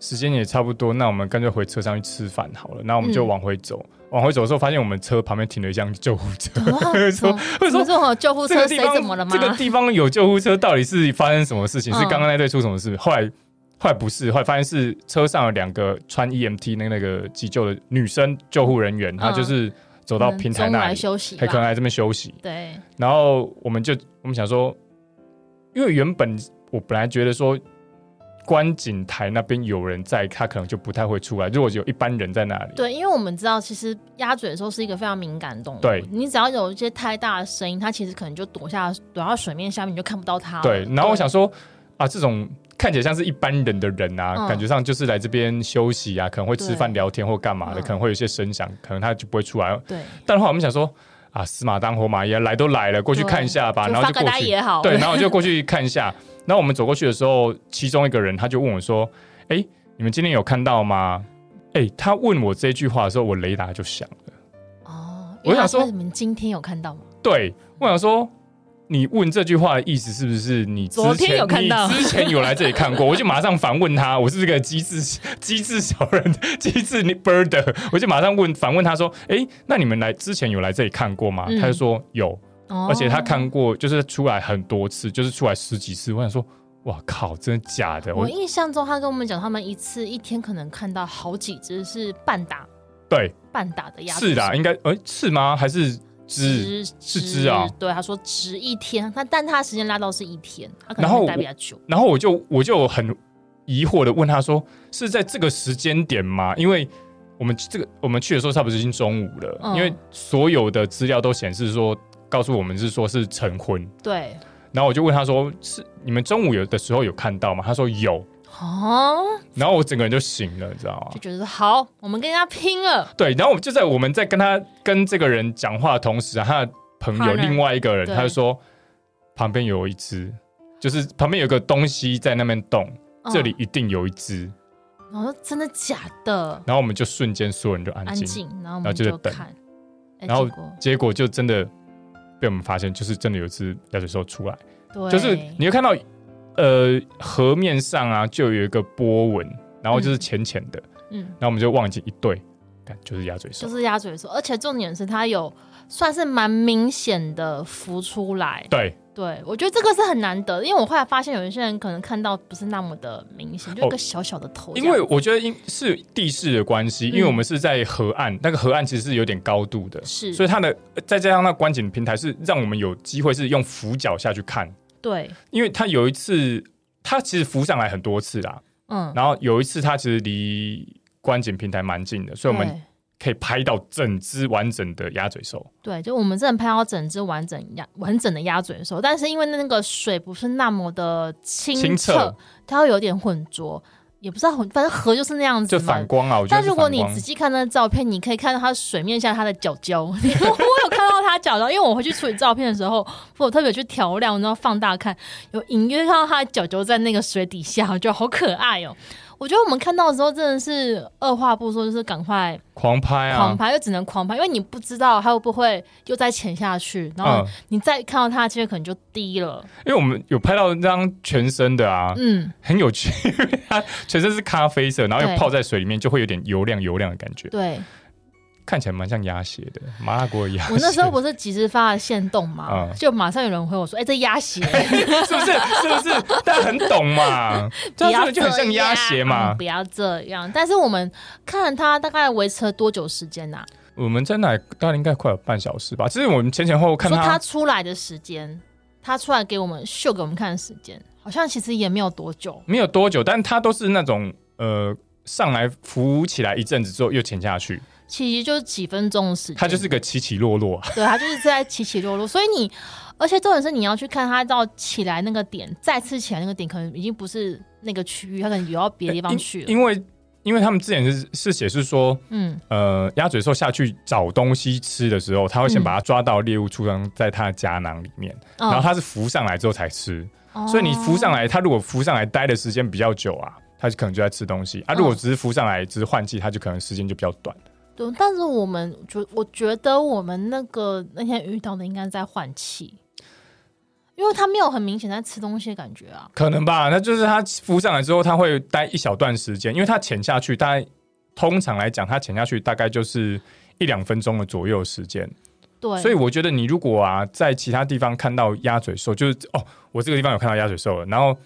[SPEAKER 2] 时间也差不多，那我们干脆回车上去吃饭好了。那我们就
[SPEAKER 1] 嗯
[SPEAKER 2] 往回走，往回走的时候发现我们车旁边停了一辆救护车，
[SPEAKER 1] 啊
[SPEAKER 2] 说
[SPEAKER 1] 怎么这种救护
[SPEAKER 2] 这
[SPEAKER 1] 车
[SPEAKER 2] 个地
[SPEAKER 1] 谁
[SPEAKER 2] 方
[SPEAKER 1] 怎么了吗？
[SPEAKER 2] 这个地方有救护车，到底是发生什么事情？
[SPEAKER 1] 嗯
[SPEAKER 2] 是刚刚那队出什么事？后来后来不是，后来发现是车上有两个穿 EMT 那那个急救的女生救护人员，她
[SPEAKER 1] 嗯
[SPEAKER 2] 就是走到平台
[SPEAKER 1] 中午
[SPEAKER 2] 那
[SPEAKER 1] 嗯来
[SPEAKER 2] 里，哎
[SPEAKER 1] 休息
[SPEAKER 2] 还可能
[SPEAKER 1] 吧。
[SPEAKER 2] 来这边休息。
[SPEAKER 1] 对，
[SPEAKER 2] 然后我们就我们想说，因为原本我本来觉得说。观景台那边有人在，他可能就不太会出来。如果有一般人在那里，
[SPEAKER 1] 对，因为我们知道，其实鸭嘴兽是一个非常敏感的动物。
[SPEAKER 2] 对
[SPEAKER 1] 你只要有一些太大的声音，它其实可能就躲下躲到水面下面，你就看不到它了。
[SPEAKER 2] 对，然后我想说啊，这种看起来像是一般人的人啊，
[SPEAKER 1] 嗯
[SPEAKER 2] 感觉上就是来这边休息啊，可能会吃饭、
[SPEAKER 1] 对
[SPEAKER 2] 聊天或干嘛的，
[SPEAKER 1] 嗯
[SPEAKER 2] 可能会有一些声响，可能他就不会出来。
[SPEAKER 1] 对，
[SPEAKER 2] 但后来我们想说啊，死马当活马医啊，来都来了，过去
[SPEAKER 1] 对
[SPEAKER 2] 看一下吧，然后
[SPEAKER 1] 发
[SPEAKER 2] 就
[SPEAKER 1] 个
[SPEAKER 2] 过
[SPEAKER 1] 呆
[SPEAKER 2] 去。
[SPEAKER 1] 也好。
[SPEAKER 2] 对，然后我就过去看一下。然后我们走过去的时候，其中一个人他就问我说：“哎，你们今天有看到吗？哎、他问我这句话的时候，我雷达就响了。
[SPEAKER 1] 哦，
[SPEAKER 2] 我想说
[SPEAKER 1] 因为他你们今天有看到吗？
[SPEAKER 2] 对，我想说，你问这句话的意思是不是你之前
[SPEAKER 1] 昨天有看到
[SPEAKER 2] 你之前有来这里 看过？我就马上反问他，我是这个机智机智小人、机智 bird，我就马上问反问他说：“哎、那你们来之前有来这里看过吗？”
[SPEAKER 1] 嗯
[SPEAKER 2] 他就说有，
[SPEAKER 1] 哦，
[SPEAKER 2] 而且他看过，就是出来很多次，就是出来十几次。我想说，哇靠，真的假的？
[SPEAKER 1] 我
[SPEAKER 2] 我
[SPEAKER 1] 印象中，他跟我们讲，他们一次一天可能看到好几只是半打
[SPEAKER 2] 对，
[SPEAKER 1] 半打的鸭子，
[SPEAKER 2] 是啦，应该哎、是吗？还是只？
[SPEAKER 1] 只
[SPEAKER 2] 是只啊
[SPEAKER 1] 对，他说只一天，他但他时间拉到是一天，他可
[SPEAKER 2] 然
[SPEAKER 1] 能
[SPEAKER 2] 后
[SPEAKER 1] 会待
[SPEAKER 2] 我
[SPEAKER 1] 比较久。
[SPEAKER 2] 然后我就我就很疑惑的问他说：“是在这个时间点吗？”因为我们这个我们去的时候差不多已经中午了，
[SPEAKER 1] 嗯
[SPEAKER 2] 因为所有的资料都显示说告诉我们是说是晨昏。
[SPEAKER 1] 对，
[SPEAKER 2] 然后我就问他说：“是你们中午有的时候有看到吗？”他说有。
[SPEAKER 1] 哦，
[SPEAKER 2] 然后我整个人就醒了，你知道吗
[SPEAKER 1] 就？觉得说好，我们跟人家拼了。
[SPEAKER 2] 对，然后我们就在我们在跟他跟这个人讲话的同时啊，他的朋友
[SPEAKER 1] Partner
[SPEAKER 2] 另外一个人
[SPEAKER 1] 对
[SPEAKER 2] 他就说旁边有一只，就是旁边有个东西在那边动，
[SPEAKER 1] 嗯
[SPEAKER 2] 这里，一定有一只。
[SPEAKER 1] 然后说真的假的？
[SPEAKER 2] 然后我们就瞬间所有人就安
[SPEAKER 1] 安
[SPEAKER 2] 静，
[SPEAKER 1] 静，然后我
[SPEAKER 2] 然后
[SPEAKER 1] 们
[SPEAKER 2] 就在
[SPEAKER 1] 就
[SPEAKER 2] 等
[SPEAKER 1] 看，哎
[SPEAKER 2] 然后
[SPEAKER 1] 结果
[SPEAKER 2] 结果就真的被我们发现，就是真的有一只鸭嘴兽出来，
[SPEAKER 1] 对，
[SPEAKER 2] 就是你会看到，呃，河面上啊就有一个波纹，然后就是
[SPEAKER 1] 嗯
[SPEAKER 2] 浅浅的，
[SPEAKER 1] 嗯，
[SPEAKER 2] 然后我们就望进一对，看就是鸭嘴兽
[SPEAKER 1] 就，是鸭嘴兽，而且重点是它有算是蛮明显的浮出来。
[SPEAKER 2] 对，
[SPEAKER 1] 对，我觉得这个是很难得的，因为我后来发现有一些人可能看到不是那么的明显，就一个小小的头这
[SPEAKER 2] 哦因
[SPEAKER 1] 样。嗯
[SPEAKER 2] 为我觉得因是地势的关系，因为我们是在河岸，那个河岸其实是有点高度的。
[SPEAKER 1] 是，
[SPEAKER 2] 所以它的呃再加上那观景平台是让我们有机会是用俯角下去看，
[SPEAKER 1] 对，
[SPEAKER 2] 因为它有一次它其实浮上来很多次啦，
[SPEAKER 1] 嗯，
[SPEAKER 2] 然后有一次，它其实离观景平台蛮近的，所以我们
[SPEAKER 1] 对
[SPEAKER 2] 可以拍到整只完整的鸭嘴兽。
[SPEAKER 1] 对，就我们真的拍到整只完整鸭完整的鸭嘴兽，但是因为那个水不是那么的清澈，
[SPEAKER 2] 清澈
[SPEAKER 1] 它会有点浑浊，也不知道浑，反正河就是那样子
[SPEAKER 2] 就
[SPEAKER 1] 嘛
[SPEAKER 2] 反。光啊，我觉得
[SPEAKER 1] 但
[SPEAKER 2] 是
[SPEAKER 1] 如
[SPEAKER 2] 反
[SPEAKER 1] 果
[SPEAKER 2] 光。
[SPEAKER 1] 你仔细看那照片，你可以看到它水面下它的脚胶。 我有看到它脚胶，因为我回去处理照片的时候，我有特别去调亮，然后放大看，有隐约看到它的脚胶在那个水底下，我觉得好可爱哦。我觉得我们看到的时候真的是二话不说，就是赶快
[SPEAKER 2] 狂拍
[SPEAKER 1] 狂
[SPEAKER 2] 啊，
[SPEAKER 1] 拍，就只能狂拍，因为你不知道它会不会又再潜下去，然后
[SPEAKER 2] 嗯，
[SPEAKER 1] 你再看到它的机会可能就低了。
[SPEAKER 2] 因为我们有拍到那张全身的啊，
[SPEAKER 1] 嗯，
[SPEAKER 2] 很有趣，因为它全身是咖啡色，然后
[SPEAKER 1] 对
[SPEAKER 2] 又泡在水里面，就会有点油亮油亮的感觉，
[SPEAKER 1] 对
[SPEAKER 2] 看起来蛮像鸭血的，麻辣锅的鸭血。
[SPEAKER 1] 我那时 候不是几时发了现动嘛，
[SPEAKER 2] 嗯
[SPEAKER 1] 就马上有人回我说：“哎、这鸭 血。”
[SPEAKER 2] 是不是？是不是？大家很懂 嘛，这样真的啊就很像鸭血嘛
[SPEAKER 1] 嗯。不要这样。但是我们看它大概维持了多久时间呐、啊？
[SPEAKER 2] 我们在那里大概应该快有半小时吧，其实我们前前后后看
[SPEAKER 1] 说它出来的时间，它出来给我们秀给我们看的时间，好像其实也没有多久。
[SPEAKER 2] 没有多久，但它都是那种呃上来浮起来一阵子之后又潜下去，
[SPEAKER 1] 其实就是几分钟的时间。
[SPEAKER 2] 它就是个起起 落落啊。
[SPEAKER 1] 对，它就是在起起落落。所以你，而且重点是你要去看它到起来那个点，再次起来那个点，可能已经不是那个区域，它可能游到别的地方去了。
[SPEAKER 2] 因因为因为他们之前是是解释说，
[SPEAKER 1] 嗯，
[SPEAKER 2] 呃，鸭嘴兽下去找东西吃的时候，它会先
[SPEAKER 1] 嗯
[SPEAKER 2] 把它抓到猎物处，然后在它的家囊里面，
[SPEAKER 1] 嗯
[SPEAKER 2] 然后它是浮上来之后才吃。所以你浮上
[SPEAKER 1] 哦
[SPEAKER 2] 来，它如果浮上来待的时间比较久啊，它就可能就在吃东西啊；如果
[SPEAKER 1] 嗯
[SPEAKER 2] 只是浮上来只是换气，它就可能时间就比较短。
[SPEAKER 1] 对，但是我们觉我觉得我们那个那天遇到的应该在换气，因为他没有很明显在吃东西的感觉啊。
[SPEAKER 2] 可能吧，那就是它浮上来之后，它会待一小段时间，因为它潜下去，大概通常来讲，它潜下去大概就是一两分钟的左右时间。
[SPEAKER 1] 对，
[SPEAKER 2] 所以我觉得你如果啊，在其他地方看到鸭嘴兽，就是哦，我这个地方有看到鸭嘴兽了，然后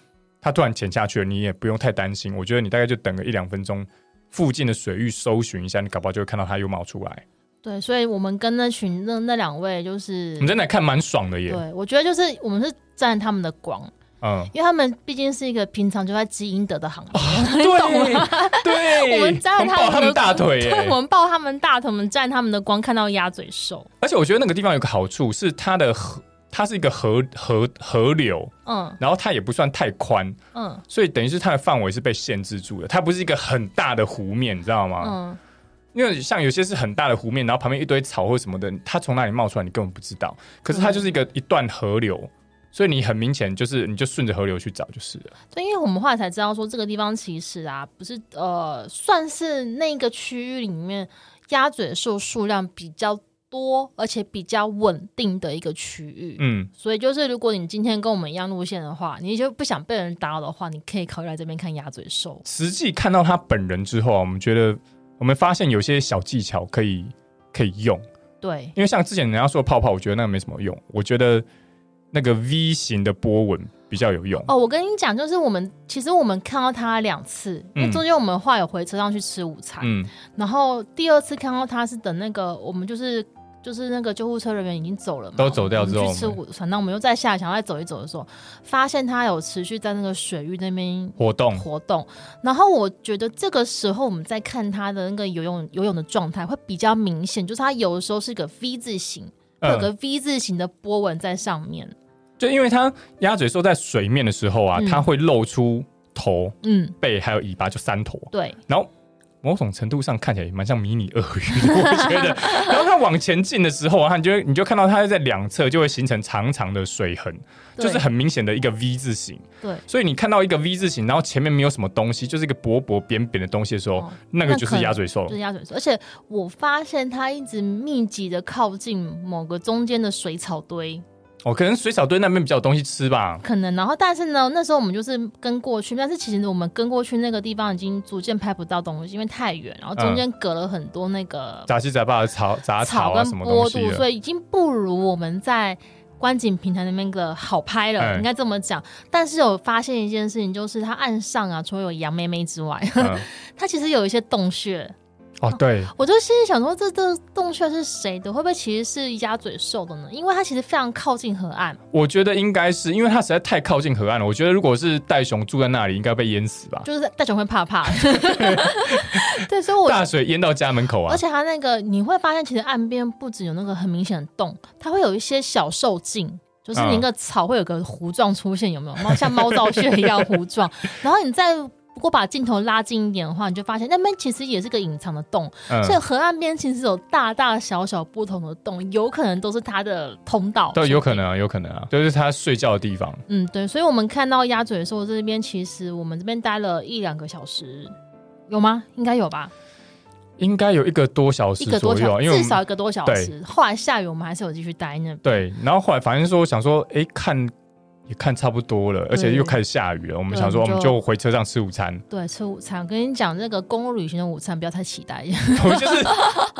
[SPEAKER 2] 它突然潜下去了，你也不用太担心。我觉得你大概就等个一两分钟，附近的水域搜寻一下，你搞不好就会看到它又冒出来。
[SPEAKER 1] 对，所以我们跟那群那那两位就是
[SPEAKER 2] 我们，真的看蛮爽的耶，
[SPEAKER 1] 嗯对我觉得就是我们是沾他们的光，
[SPEAKER 2] 嗯，
[SPEAKER 1] 因为他们毕竟是一个平常就在积阴德的行业。
[SPEAKER 2] 对对，
[SPEAKER 1] 我们沾了
[SPEAKER 2] 抱他
[SPEAKER 1] 们的
[SPEAKER 2] 们大腿耶，
[SPEAKER 1] 对， 我们抱他们大腿，我们占他们的光，看到鸭嘴兽，
[SPEAKER 2] 而且我觉得那个地方有个好处是它的河，它是一个河河河流，
[SPEAKER 1] 嗯
[SPEAKER 2] 然后它也不算太宽，
[SPEAKER 1] 嗯
[SPEAKER 2] 所以等于是它的范围是被限制住的。它不是一个很大的湖面，你知道吗？
[SPEAKER 1] 嗯，
[SPEAKER 2] 因为像有些是很大的湖面，然后旁边一堆草或什么的，它从哪里冒出来你根本不知道。可是它就是一个一段河流，所以你很明显就是你就顺着河流去找就是了。
[SPEAKER 1] 对，因为我们后来才知道说，这个地方其实啊，不是呃，算是那个区域里面鸭嘴兽数量比较多，而且比较稳定的一个区域。
[SPEAKER 2] 嗯，
[SPEAKER 1] 所以就是，如果你今天跟我们一样路线的话，你就不想被人打扰的话，你可以考虑来这边看鸭嘴兽。
[SPEAKER 2] 实际看到他本人之后啊，我们觉得我们发现有些小技巧可以可以用，
[SPEAKER 1] 对，
[SPEAKER 2] 因为像之前人家说泡泡，我觉得那个没什么用，我觉得那个 V 型的波纹比较有用。
[SPEAKER 1] 哦，我跟你讲，就是我们其实我们看到它两次，因为
[SPEAKER 2] 嗯
[SPEAKER 1] 中间我们后来有回车上去吃午餐，
[SPEAKER 2] 嗯，
[SPEAKER 1] 然后第二次看到他是等那个我们就是就是那个救护车人员已经走了嘛，
[SPEAKER 2] 都走掉之后
[SPEAKER 1] 我们去吃午餐，那我们又再下来想要再走一走的时候，发现他有持续在那个水域那边。
[SPEAKER 2] 活动
[SPEAKER 1] 活动，然后我觉得这个时候我们再看他的那个游泳游泳的状态会比较明显，就是他有的时候是个 V 字形，会有
[SPEAKER 2] 嗯。
[SPEAKER 1] 个 V 字形的波纹在上面。
[SPEAKER 2] 就因为它鸭嘴兽在水面的时候啊，
[SPEAKER 1] 嗯
[SPEAKER 2] 它会露出头、
[SPEAKER 1] 嗯，
[SPEAKER 2] 背还有尾巴，就三坨。
[SPEAKER 1] 对，
[SPEAKER 2] 然后某种程度上看起来也蛮像迷你鳄鱼的，我觉 得。然后它往前进的时候啊，你就会你就看到它在两侧就会形成长长的水痕，
[SPEAKER 1] 对
[SPEAKER 2] 就是很明显的一个 V 字形。
[SPEAKER 1] 对，
[SPEAKER 2] 所以你看到一个 V 字形，然后前面没有什么东西，就是一个薄薄扁扁的东西的时候，
[SPEAKER 1] 哦
[SPEAKER 2] 那个就
[SPEAKER 1] 那可
[SPEAKER 2] 是
[SPEAKER 1] 能
[SPEAKER 2] 鸭嘴兽
[SPEAKER 1] 就。是鸭嘴兽。而且我发现它一直密集的靠近某个中间的水草堆，
[SPEAKER 2] 哦，可能水草堆那边比较有东西吃吧。
[SPEAKER 1] 可能。然后，但是呢，那时候我们就是跟过去，但是其实我们跟过去那个地方已经逐渐拍不到东西，因为太远，然后中间隔了很多那个
[SPEAKER 2] 杂七杂八的草杂草啊，
[SPEAKER 1] 跟
[SPEAKER 2] 什么东
[SPEAKER 1] 坡
[SPEAKER 2] 西
[SPEAKER 1] 度，
[SPEAKER 2] 的，
[SPEAKER 1] 所以已经不如我们在。观景平台那边的好拍了，
[SPEAKER 2] 哎
[SPEAKER 1] 应该这么讲。但是有发现一件事情，就是它岸上啊，除了有杨妹妹之外，
[SPEAKER 2] 嗯，
[SPEAKER 1] 它其实有一些洞穴。
[SPEAKER 2] 哦，对，
[SPEAKER 1] 我就心里想说，这这洞穴是谁的？会不会其实是鸭嘴兽的呢？因为它其实非常靠近河岸。
[SPEAKER 2] 我觉得应该是因为它实在太靠近河岸了。我觉得如果是袋熊住在那里，应该被淹死吧？
[SPEAKER 1] 就是大熊会怕怕。 对，所以我。
[SPEAKER 2] 大水淹到家门口啊
[SPEAKER 1] 而！且它那个你会发现，其实岸边不止有那个很明显的洞，它会有一些小兽径，就是
[SPEAKER 2] 嗯
[SPEAKER 1] 你那个草会有个弧状出现，有没有？猫像猫造穴一样弧 状。然后你再不过把镜头拉近一点的话，你就发现那边其实也是个隐藏的洞，
[SPEAKER 2] 嗯
[SPEAKER 1] 所以河岸边其实有大大小小不同的洞，有可能都是它的通道。
[SPEAKER 2] 都有可能啊，有可能啊，就是它睡觉的地方。
[SPEAKER 1] 嗯，对，所以我们看到鸭嘴兽这边，其实我们这边待了一两个小时，有吗？应该有吧，
[SPEAKER 2] 应该有一个多小时
[SPEAKER 1] 一个多
[SPEAKER 2] 左右
[SPEAKER 1] 小
[SPEAKER 2] 啊，
[SPEAKER 1] 时，
[SPEAKER 2] 因为
[SPEAKER 1] 至
[SPEAKER 2] 我们
[SPEAKER 1] 少一个多小时。后来下雨，我们还是有继续待那。
[SPEAKER 2] 对，然后后来反正说想说，哎，看也看差不多了，而且又开始下雨了，我们想说
[SPEAKER 1] 我
[SPEAKER 2] 我
[SPEAKER 1] 们
[SPEAKER 2] 们
[SPEAKER 1] 就
[SPEAKER 2] 就回车上吃午餐。
[SPEAKER 1] 对，吃午餐，我跟你讲，那个公路旅行的午餐不要太期待。
[SPEAKER 2] 我们就是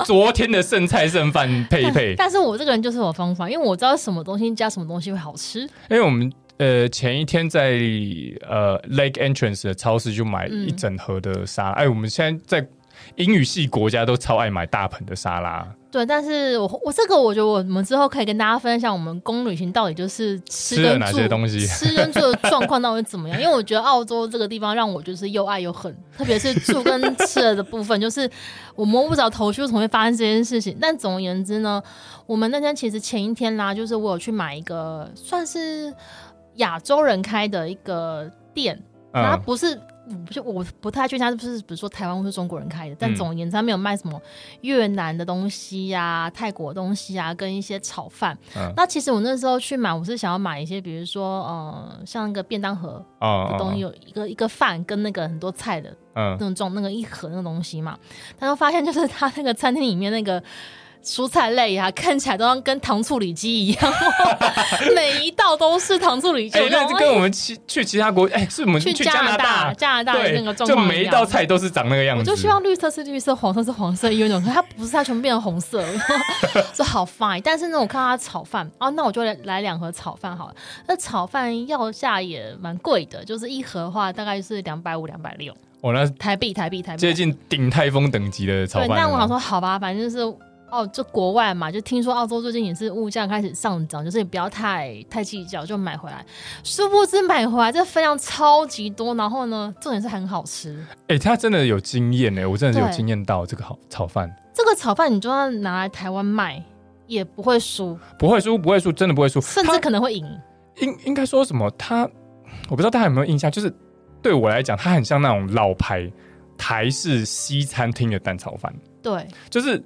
[SPEAKER 2] 昨天的剩菜剩饭配 一配，
[SPEAKER 1] 但是我这个人就是有方法，因为我知道什么东西加什么东西会好吃。
[SPEAKER 2] 因为我们。呃，前一天在呃 Lake Entrance 的超市就买
[SPEAKER 1] 嗯
[SPEAKER 2] 一整盒的沙拉。哎、我们现在在英语系国家都超爱买大盆的沙拉，
[SPEAKER 1] 对，但是我我这个我觉得我们之后可以跟大家分享，我们公路旅行到底就是吃
[SPEAKER 2] 吃了
[SPEAKER 1] 跟
[SPEAKER 2] 哪
[SPEAKER 1] 住
[SPEAKER 2] 些东西
[SPEAKER 1] 吃跟住的状况到底怎么 样？因为我觉得澳洲这个地方让我就是又爱又恨，特别是住跟吃了的部分， 就是我摸不着头绪，为什么会发生这件事情？但总而言之呢，我们那天其实前一天啦，就是我有去买一个算是亚洲人开的一个店，然后它
[SPEAKER 2] 嗯，
[SPEAKER 1] 不是。嗯不是，我不太确定它是不是，比如说台湾或是中国人开的，但
[SPEAKER 2] 嗯
[SPEAKER 1] 总而言之，它没有卖什么越南的东西呀、泰国的东西呀、跟一些炒饭。
[SPEAKER 2] 嗯
[SPEAKER 1] 那其实我那时候去买，我是想要买一些，比如说，呃，像那个便当盒
[SPEAKER 2] 哦
[SPEAKER 1] 的东西，有一个一个饭跟那个很多菜的
[SPEAKER 2] 嗯
[SPEAKER 1] 那种装那个一盒那个东西嘛，但是发现就是它那个餐厅里面那个。蔬菜类啊，看起来都像跟糖醋里脊一 样，每一道都是糖醋里脊。
[SPEAKER 2] 哎、
[SPEAKER 1] 我就
[SPEAKER 2] 那
[SPEAKER 1] 想
[SPEAKER 2] 是
[SPEAKER 1] 说
[SPEAKER 2] 跟我们去去其他国，哎、是我们
[SPEAKER 1] 去
[SPEAKER 2] 去
[SPEAKER 1] 加拿
[SPEAKER 2] 大，
[SPEAKER 1] 加拿大的那个状
[SPEAKER 2] 就
[SPEAKER 1] 况样
[SPEAKER 2] 每一道菜都嗯是长那个样子。
[SPEAKER 1] 我就希望绿色是绿色，黄色是黄色，有一种，可它不是，它全部变成红色 了，这好 fine。但是呢，我看到它炒饭，哦，那我就来来两盒炒饭好了。那炒饭要价也蛮贵的，就是一盒的话大概是两百五、两百六
[SPEAKER 2] 我、那
[SPEAKER 1] 台币，台币，台币。
[SPEAKER 2] 接近顶泰丰等级的炒
[SPEAKER 1] 对，
[SPEAKER 2] 饭了。啊
[SPEAKER 1] 但我想说，好吧，反正就是。哦，就国外嘛，就听说澳洲最近也是物价开始上涨，就是也不要太太计较，就买回来。殊不知买回来这分量超级多，然后呢，重点是很好吃。
[SPEAKER 2] 哎、他真的有经验哎、我真的是有
[SPEAKER 1] 对
[SPEAKER 2] 惊艳到这个好炒饭，
[SPEAKER 1] 这个炒饭你就算拿来台湾卖，也不会输，
[SPEAKER 2] 不会输，不会输，真的不会输。
[SPEAKER 1] 甚至
[SPEAKER 2] 他
[SPEAKER 1] 可能会赢。
[SPEAKER 2] 应应该说什么？他我不知道大家有没有印象，就是对我来讲，它很像那种老牌台式西餐厅的蛋炒饭，
[SPEAKER 1] 对，
[SPEAKER 2] 就是。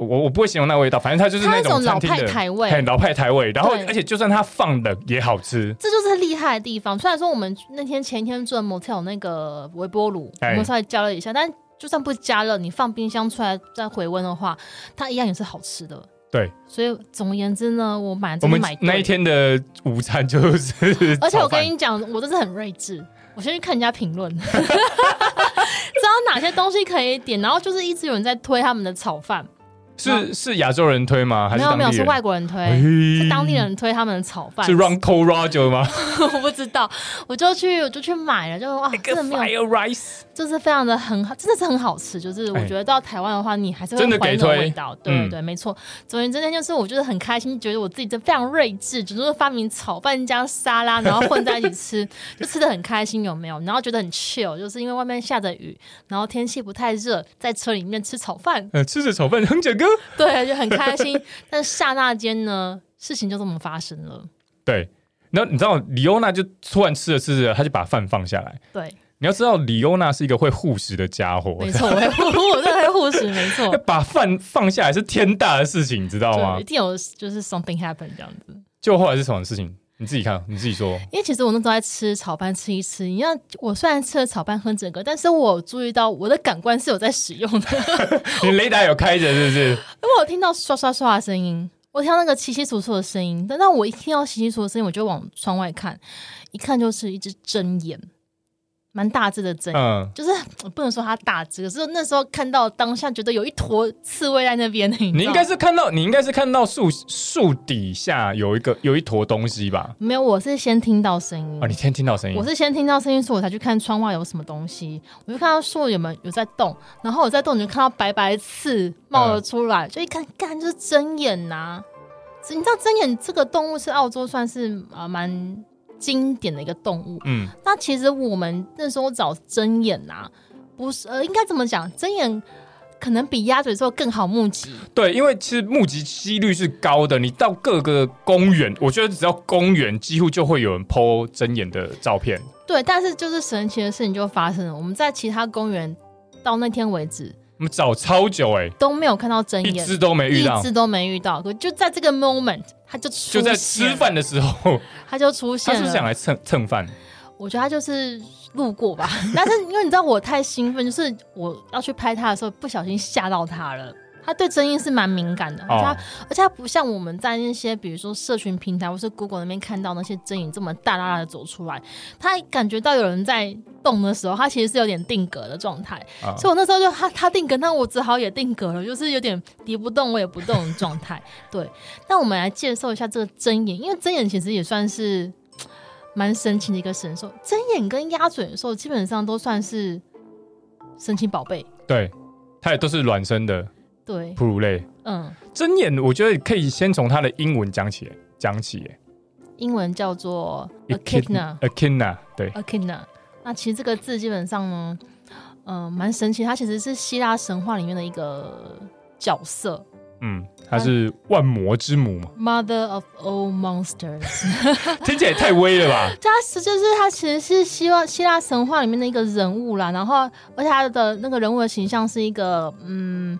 [SPEAKER 2] 我我不会形容那味道，反正它就是
[SPEAKER 3] 它那
[SPEAKER 2] 种
[SPEAKER 3] 种
[SPEAKER 2] 餐
[SPEAKER 3] 老
[SPEAKER 2] 厅
[SPEAKER 3] 派
[SPEAKER 2] 的
[SPEAKER 3] 台味
[SPEAKER 2] 嘿老派台味。然后
[SPEAKER 3] 对
[SPEAKER 2] 而且就算它放冷也好吃，
[SPEAKER 1] 这就是厉害的地方。虽然说我们那天前一天住的 motel 那个微波炉，我
[SPEAKER 2] 哎
[SPEAKER 1] 们稍微加热一下，但就算不加热，你放冰箱出来再回温的话，它一样也是好吃的。
[SPEAKER 2] 对，
[SPEAKER 1] 所以总而言之呢，我买
[SPEAKER 2] 我
[SPEAKER 1] 真的
[SPEAKER 2] 们
[SPEAKER 1] 买对
[SPEAKER 2] 那一天的午餐就是
[SPEAKER 1] 而且我
[SPEAKER 2] 炒饭
[SPEAKER 1] 跟你讲，我真是很睿智，我先去看人家评 论， 知道哪些东西可以点，然后就是一直有人在推他们的炒饭，
[SPEAKER 2] 是是亚洲人推吗？还
[SPEAKER 1] 没
[SPEAKER 2] 是
[SPEAKER 1] 有
[SPEAKER 2] 当
[SPEAKER 1] 没有
[SPEAKER 2] 地
[SPEAKER 1] 是
[SPEAKER 2] 人？
[SPEAKER 1] 外国人推。
[SPEAKER 2] 嘿
[SPEAKER 1] 是当地人推他们的炒饭，
[SPEAKER 2] 是 Run Cold Roger 吗
[SPEAKER 1] 我不知道，我就去我就去买了，就哇，真的没有，
[SPEAKER 2] ？Fire Rice
[SPEAKER 1] 就是非常的很好，真的是很好吃。就是我
[SPEAKER 2] 哎
[SPEAKER 1] 觉得到台湾的话，你还是会
[SPEAKER 2] 真的
[SPEAKER 1] 怀
[SPEAKER 2] 给
[SPEAKER 1] 念那种
[SPEAKER 2] 推嗯
[SPEAKER 1] 味道，对对对，没错。总而言之，那天就是我觉得很开心，觉得我自己真的非常睿智，只是发明炒饭加沙拉，然后混在一起 吃，就吃的很开心，有没有？然后觉得很 chill，就是因为外面下着雨，然后天气不太热，在车里面吃炒饭，
[SPEAKER 2] 呃，吃着炒饭哼着歌，
[SPEAKER 1] 对，就很开 心。但刹那间呢，事情就这么发生了，
[SPEAKER 2] 对。然后你知道，李欧娜就突然吃着吃着，她就把饭放下来。
[SPEAKER 1] 对，
[SPEAKER 2] 你要知道，李欧娜是一个会护食的家伙，
[SPEAKER 1] 没错，我会护，我真的会护食，没错
[SPEAKER 2] 要。把饭放下来是天大的事情，你知道吗
[SPEAKER 1] 对，一？定有就是 something happen 这样子。
[SPEAKER 2] 就后来是什么事情？你自己看，你自 己说。
[SPEAKER 1] 因为其实我那时候在吃炒饭，吃一吃，你看我虽然吃了炒饭哼整个，但是我有注意到我的感官是有在使用的， 因
[SPEAKER 2] 你雷达有开着是不是？
[SPEAKER 1] 为我听到刷刷刷的声音，我听到那个稀稀疏疏的声音，但但我一听到稀稀疏疏的声音，我就往窗外看，一看就是一只针眼，蛮大只的针眼。
[SPEAKER 2] 嗯，
[SPEAKER 1] 就是我不能说它大只，可是那时候看到当下觉得有一坨刺猬在那边。你知
[SPEAKER 2] 你
[SPEAKER 1] 道
[SPEAKER 2] 应
[SPEAKER 1] 吗
[SPEAKER 2] 该是看到，你应该是看到树树底下有一个有一坨东西吧？
[SPEAKER 1] 没有，我是先听到声音
[SPEAKER 2] 啊，你先听到声音
[SPEAKER 1] 嗯我，是先听到声音，所以我才去看窗外有什么东西。我就看到树有没有有在动，然后我在动，你就看到白白刺冒了出来，就一看，干就是针眼呐、是你知道针眼这个动物是澳洲算是啊蛮、经典的一个动物。
[SPEAKER 2] 嗯，
[SPEAKER 1] 那其实我们那时候找针眼呐、不是呃，应该怎么讲？针眼可能比鸭嘴兽更好募集。
[SPEAKER 2] 对，因为其实募集几率是高的，你到各个公园，我觉得只要公园，几乎就会有人 PO 睁眼的照片。
[SPEAKER 1] 对，但是就是神奇的事情就发生了，我们在其他公园到那天为止
[SPEAKER 2] 我们找超久哎、
[SPEAKER 1] 都没有看到针
[SPEAKER 2] 一
[SPEAKER 1] 眼。
[SPEAKER 2] 只都没遇
[SPEAKER 1] 一
[SPEAKER 2] 到，
[SPEAKER 1] 直都没遇到过，就在这个 moment，他就出
[SPEAKER 2] 就在
[SPEAKER 1] 现
[SPEAKER 2] 吃饭的时候，
[SPEAKER 1] 他就出
[SPEAKER 2] 他
[SPEAKER 1] 现
[SPEAKER 2] 是不是想
[SPEAKER 1] 了。
[SPEAKER 2] 来蹭蹭饭？
[SPEAKER 1] 我觉得他就是路过吧， 但是因为你知道我太兴奋，就是我要去拍他的时候不小心吓到他了。他对声音是蛮敏感的，而且他、
[SPEAKER 2] 哦
[SPEAKER 1] 而且他不像我们在那些比如说社群平台或是 Google 那边看到那些针影这么大大的走出来，他感觉到有人在动的时候，他其实是有点定格的状态。
[SPEAKER 2] 啊
[SPEAKER 1] 所以我那时候就他他定格，那我只好也定格了，就是有点敌不动我也不动的状态。对，那我们来介绍一下这个针眼，因为针眼其实也算是嘖蛮神奇的一个神兽。针眼跟鸭嘴兽基本上都算是神奇宝贝。
[SPEAKER 2] 对，它也都是卵生的
[SPEAKER 1] 对，
[SPEAKER 2] 哺乳类。
[SPEAKER 1] 嗯，
[SPEAKER 2] 睁眼，我觉得可以先从它的英文讲起讲起欸。
[SPEAKER 1] 英文叫做 echidna
[SPEAKER 2] Echidna- Echidna，对，
[SPEAKER 1] echidna。那其实这个字基本上呢，呃，蛮神奇，它其实是希腊神话里面的一个角色
[SPEAKER 2] 嗯，它是万魔 之母嘛，
[SPEAKER 1] ，Mother of all monsters。
[SPEAKER 2] 听起来也太威了吧？
[SPEAKER 1] 他实就是他其实是希望希腊神话里面的一个人物啦，然后而且他的那个人物的形象是一个嗯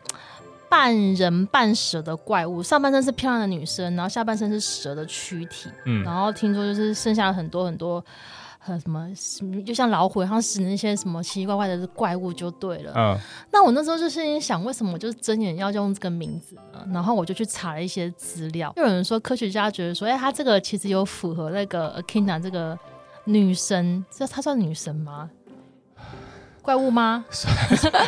[SPEAKER 1] 半人半蛇的怪物，上半身是漂亮的女生，然后下半身是蛇的躯体，
[SPEAKER 2] 嗯
[SPEAKER 1] 然后听说就是剩下了很多很多。很什么，就像老虎，然后使那些什么奇奇怪怪的怪物就对了。
[SPEAKER 2] 嗯，
[SPEAKER 1] 那我那时候就是心里想，为什么我就是睁眼要用这个名字呢？然后我就去查了一些资料，就有人说科学家觉得说，哎、他这个其实有符合那个 Akina 这个女神，这她算女神吗？怪物吗？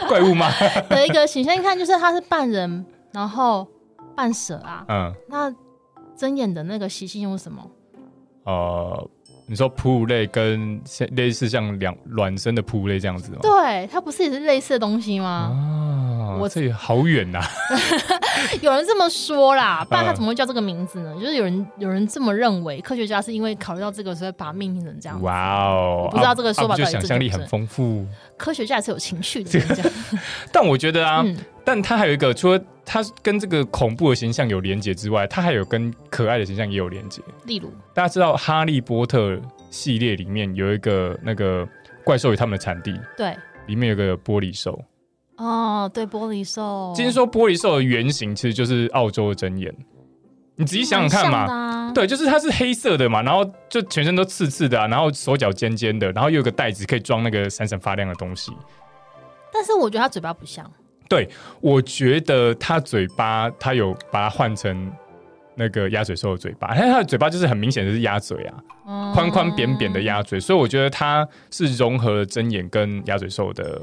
[SPEAKER 2] 怪物吗？
[SPEAKER 1] 的一个形象，一看就是她是半人，然后半蛇啊。
[SPEAKER 2] 嗯，
[SPEAKER 1] 那睁眼的那个习性又是什么？
[SPEAKER 2] 呃，你说哺乳类跟像类似像两卵生的哺乳类这样子吗？
[SPEAKER 1] 对，它不是也是类似的东西吗？
[SPEAKER 2] 啊，
[SPEAKER 1] 我
[SPEAKER 2] 这也好远呐、啊
[SPEAKER 1] 有人这么说啦，不然他怎么会叫这个名字呢？就是有人有人这么认为，科学家是因为考虑到这个，所以把它命名成这样。
[SPEAKER 2] 哇哦，
[SPEAKER 1] 我不知道这个说法
[SPEAKER 2] 啊不就
[SPEAKER 1] 到底
[SPEAKER 2] 想
[SPEAKER 1] 正
[SPEAKER 2] 象
[SPEAKER 1] 不
[SPEAKER 2] 力很
[SPEAKER 1] 正
[SPEAKER 2] 丰富。
[SPEAKER 1] 科学家也是有情绪的，这样。
[SPEAKER 2] 但我觉得 啊，
[SPEAKER 1] 嗯，
[SPEAKER 2] 但它还有一个，除了它跟这个恐怖的形象有连接之外，它还有跟可爱的形象也有连接。
[SPEAKER 1] 例如，
[SPEAKER 2] 大家知道《哈利波特》系列里面有一个那个怪兽与他们的产地，
[SPEAKER 1] 对，
[SPEAKER 2] 里面有个玻璃兽，
[SPEAKER 1] 哦，对，玻璃兽，
[SPEAKER 2] 今天说玻璃兽的原型其实就是澳洲的针眼，你仔细想想看嘛，
[SPEAKER 1] 嘛，
[SPEAKER 2] 对，就是它是黑色的嘛，然后就全身都刺刺的、啊，然后手脚尖尖的，然后又有个袋子可以装那个闪闪发亮的东西。
[SPEAKER 1] 但是我觉得它嘴巴不像，
[SPEAKER 2] 我觉得它嘴巴，它有把它换成那个鸭嘴兽的嘴巴，但哎是它的嘴巴就是很明显的是鸭嘴啊，
[SPEAKER 1] 嗯
[SPEAKER 2] 宽宽扁扁的，鸭嘴，所以我觉得它是融合了针眼跟鸭嘴兽的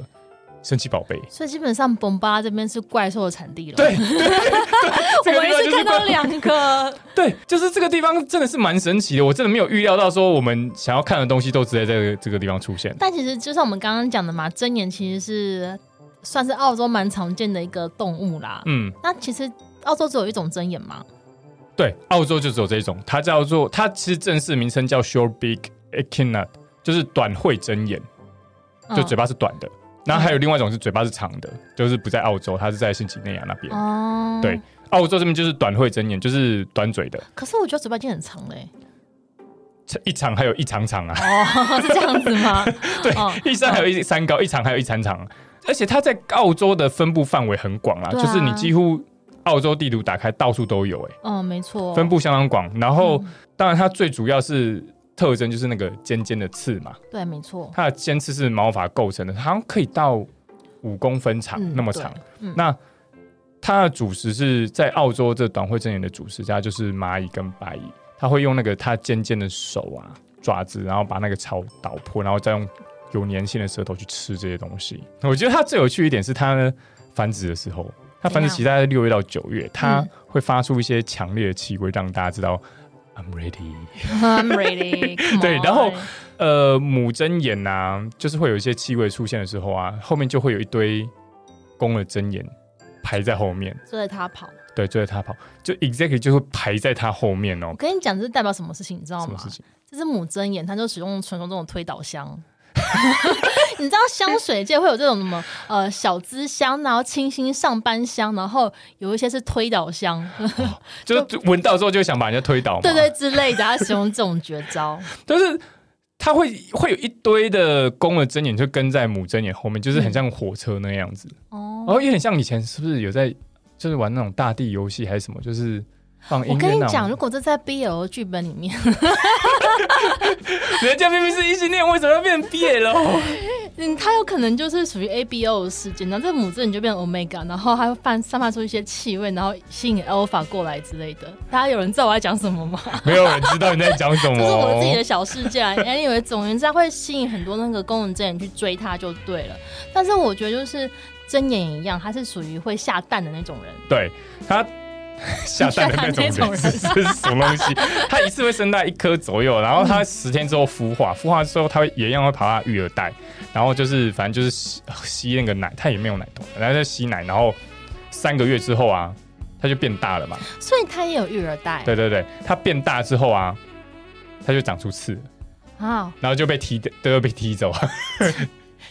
[SPEAKER 2] 神奇宝贝。
[SPEAKER 1] 所以基本上崩巴这边是怪兽的产地了。
[SPEAKER 2] 对，对
[SPEAKER 1] 我
[SPEAKER 2] 对
[SPEAKER 1] 们
[SPEAKER 2] 这个地方就是
[SPEAKER 1] 看到
[SPEAKER 2] 怪
[SPEAKER 1] 两个，
[SPEAKER 2] 对，就是这个地方真的是蛮神奇的，我真的没有预料到说我们想要看的东西都直接在这个这个地方出现。
[SPEAKER 1] 但其实就像我们刚刚讲的嘛，针眼其实是算是澳洲蛮常见的一个动物啦。
[SPEAKER 2] 嗯，
[SPEAKER 1] 那其实澳洲只有一种针眼嘛，
[SPEAKER 2] 对，澳洲就只有这种，它叫做它其实正式名称叫 Short Beak Echidna，就是短喙针眼，就嘴
[SPEAKER 1] 巴
[SPEAKER 2] 巴是短的。
[SPEAKER 1] 嗯
[SPEAKER 2] 然后还有另外一种是嘴巴是长的，就是不在澳洲，它是在新几内亚那边。
[SPEAKER 1] 哦，
[SPEAKER 2] 对。澳洲这边就是短喙针眼，就是短嘴的，
[SPEAKER 1] 可是我觉得嘴巴已经很长嘞、
[SPEAKER 2] 一长还有一长长啊。
[SPEAKER 1] 哦， 是这样子吗？
[SPEAKER 2] 对
[SPEAKER 1] 哦，
[SPEAKER 2] 一山还有一山高，一长还有一长长，而且它在澳洲的分布范围很广啦，
[SPEAKER 1] 对啊
[SPEAKER 2] 就是你几乎澳洲地图打开到处都有、欸，
[SPEAKER 1] 哦，嗯没错，
[SPEAKER 2] 分布相当广。然后，当然它最主要是特征就是那个尖尖的刺嘛，
[SPEAKER 1] 对，没错，
[SPEAKER 2] 它的尖刺是毛发构成的，好像可以到五公分长、
[SPEAKER 1] 嗯
[SPEAKER 2] 那么长
[SPEAKER 1] 对。嗯
[SPEAKER 2] 那它的主食是在澳洲这短喙针眼的主食家就是蚂蚁跟白蚁，它会用那个它尖尖的手啊爪子，然后把那个草捣破，然后再用有粘性的舌头去吃这些东西。我觉得它最有趣一点是它呢繁殖的时候，它繁殖期大概在六月到九月，它会发出一些强烈的气味，让大家知道 I'm ready。
[SPEAKER 1] I'm ready come on。
[SPEAKER 2] 对然后呃，母针眼啊，就是会有一些气味出现的时候啊，后面就会有一堆公的针眼排在后面，
[SPEAKER 1] 追着他跑。
[SPEAKER 2] 对，追着它跑，就 exactly 就会排在它后面哦
[SPEAKER 1] 我。跟你讲，这是代表什么事情，你知道
[SPEAKER 2] 什么
[SPEAKER 1] 吗
[SPEAKER 2] 事？情？
[SPEAKER 1] 这是母针眼，它就使用传说中的推导香。 你知道香水界会有这种什么呃小资香，然后清新上班香，然后有一些是推倒香，
[SPEAKER 2] 就是闻到之后就想把人家推倒嘛。
[SPEAKER 1] 对对之类的，他使用这种绝招。
[SPEAKER 2] 但是它会会有一堆的公的针眼就跟在母针眼后面，就是很像火车那样子，然
[SPEAKER 1] 嗯哦，
[SPEAKER 2] 后有点像以前是不是有在就是玩那种大地游戏还是什么，就是放 音
[SPEAKER 1] 我
[SPEAKER 2] 乐
[SPEAKER 1] 跟你
[SPEAKER 2] 那
[SPEAKER 1] 讲，如
[SPEAKER 2] 种。
[SPEAKER 1] 果这在 BL 剧本里面，
[SPEAKER 2] 人家明明是异性恋，为什么要变 BL？
[SPEAKER 1] 嗯，它有可能就是属于 A B O 的事件，然后这个母针你就变成 Omega，然后它会散散发出一些气味，然后吸引 Alpha 过来之类的。大家有人知道我在讲什么吗？
[SPEAKER 2] 没有人知道你在讲什么。哦
[SPEAKER 1] 这是我们自己的小世 界啊。anyway，总而言之，它会吸引很多那个公文针眼去追它就对了。但是我觉得就是针眼也一样，它是属于会下蛋的那种人。
[SPEAKER 2] 对他下蛋的那种人，
[SPEAKER 1] 下蛋那种人
[SPEAKER 2] 这是什么东西？他一次会生蛋一颗左右，然后他十天之后孵化，孵化之后他会也一样会跑到育儿袋，然后就是反正就是吸吸那个奶，他也没有奶头，然后就吸奶，然后三个月之后啊，他就变大了嘛。
[SPEAKER 1] 所以它也有育儿袋
[SPEAKER 2] 对对对，他变大之后啊，他就长出刺了，
[SPEAKER 1] 啊，
[SPEAKER 2] 然后就被踢，都要被踢走。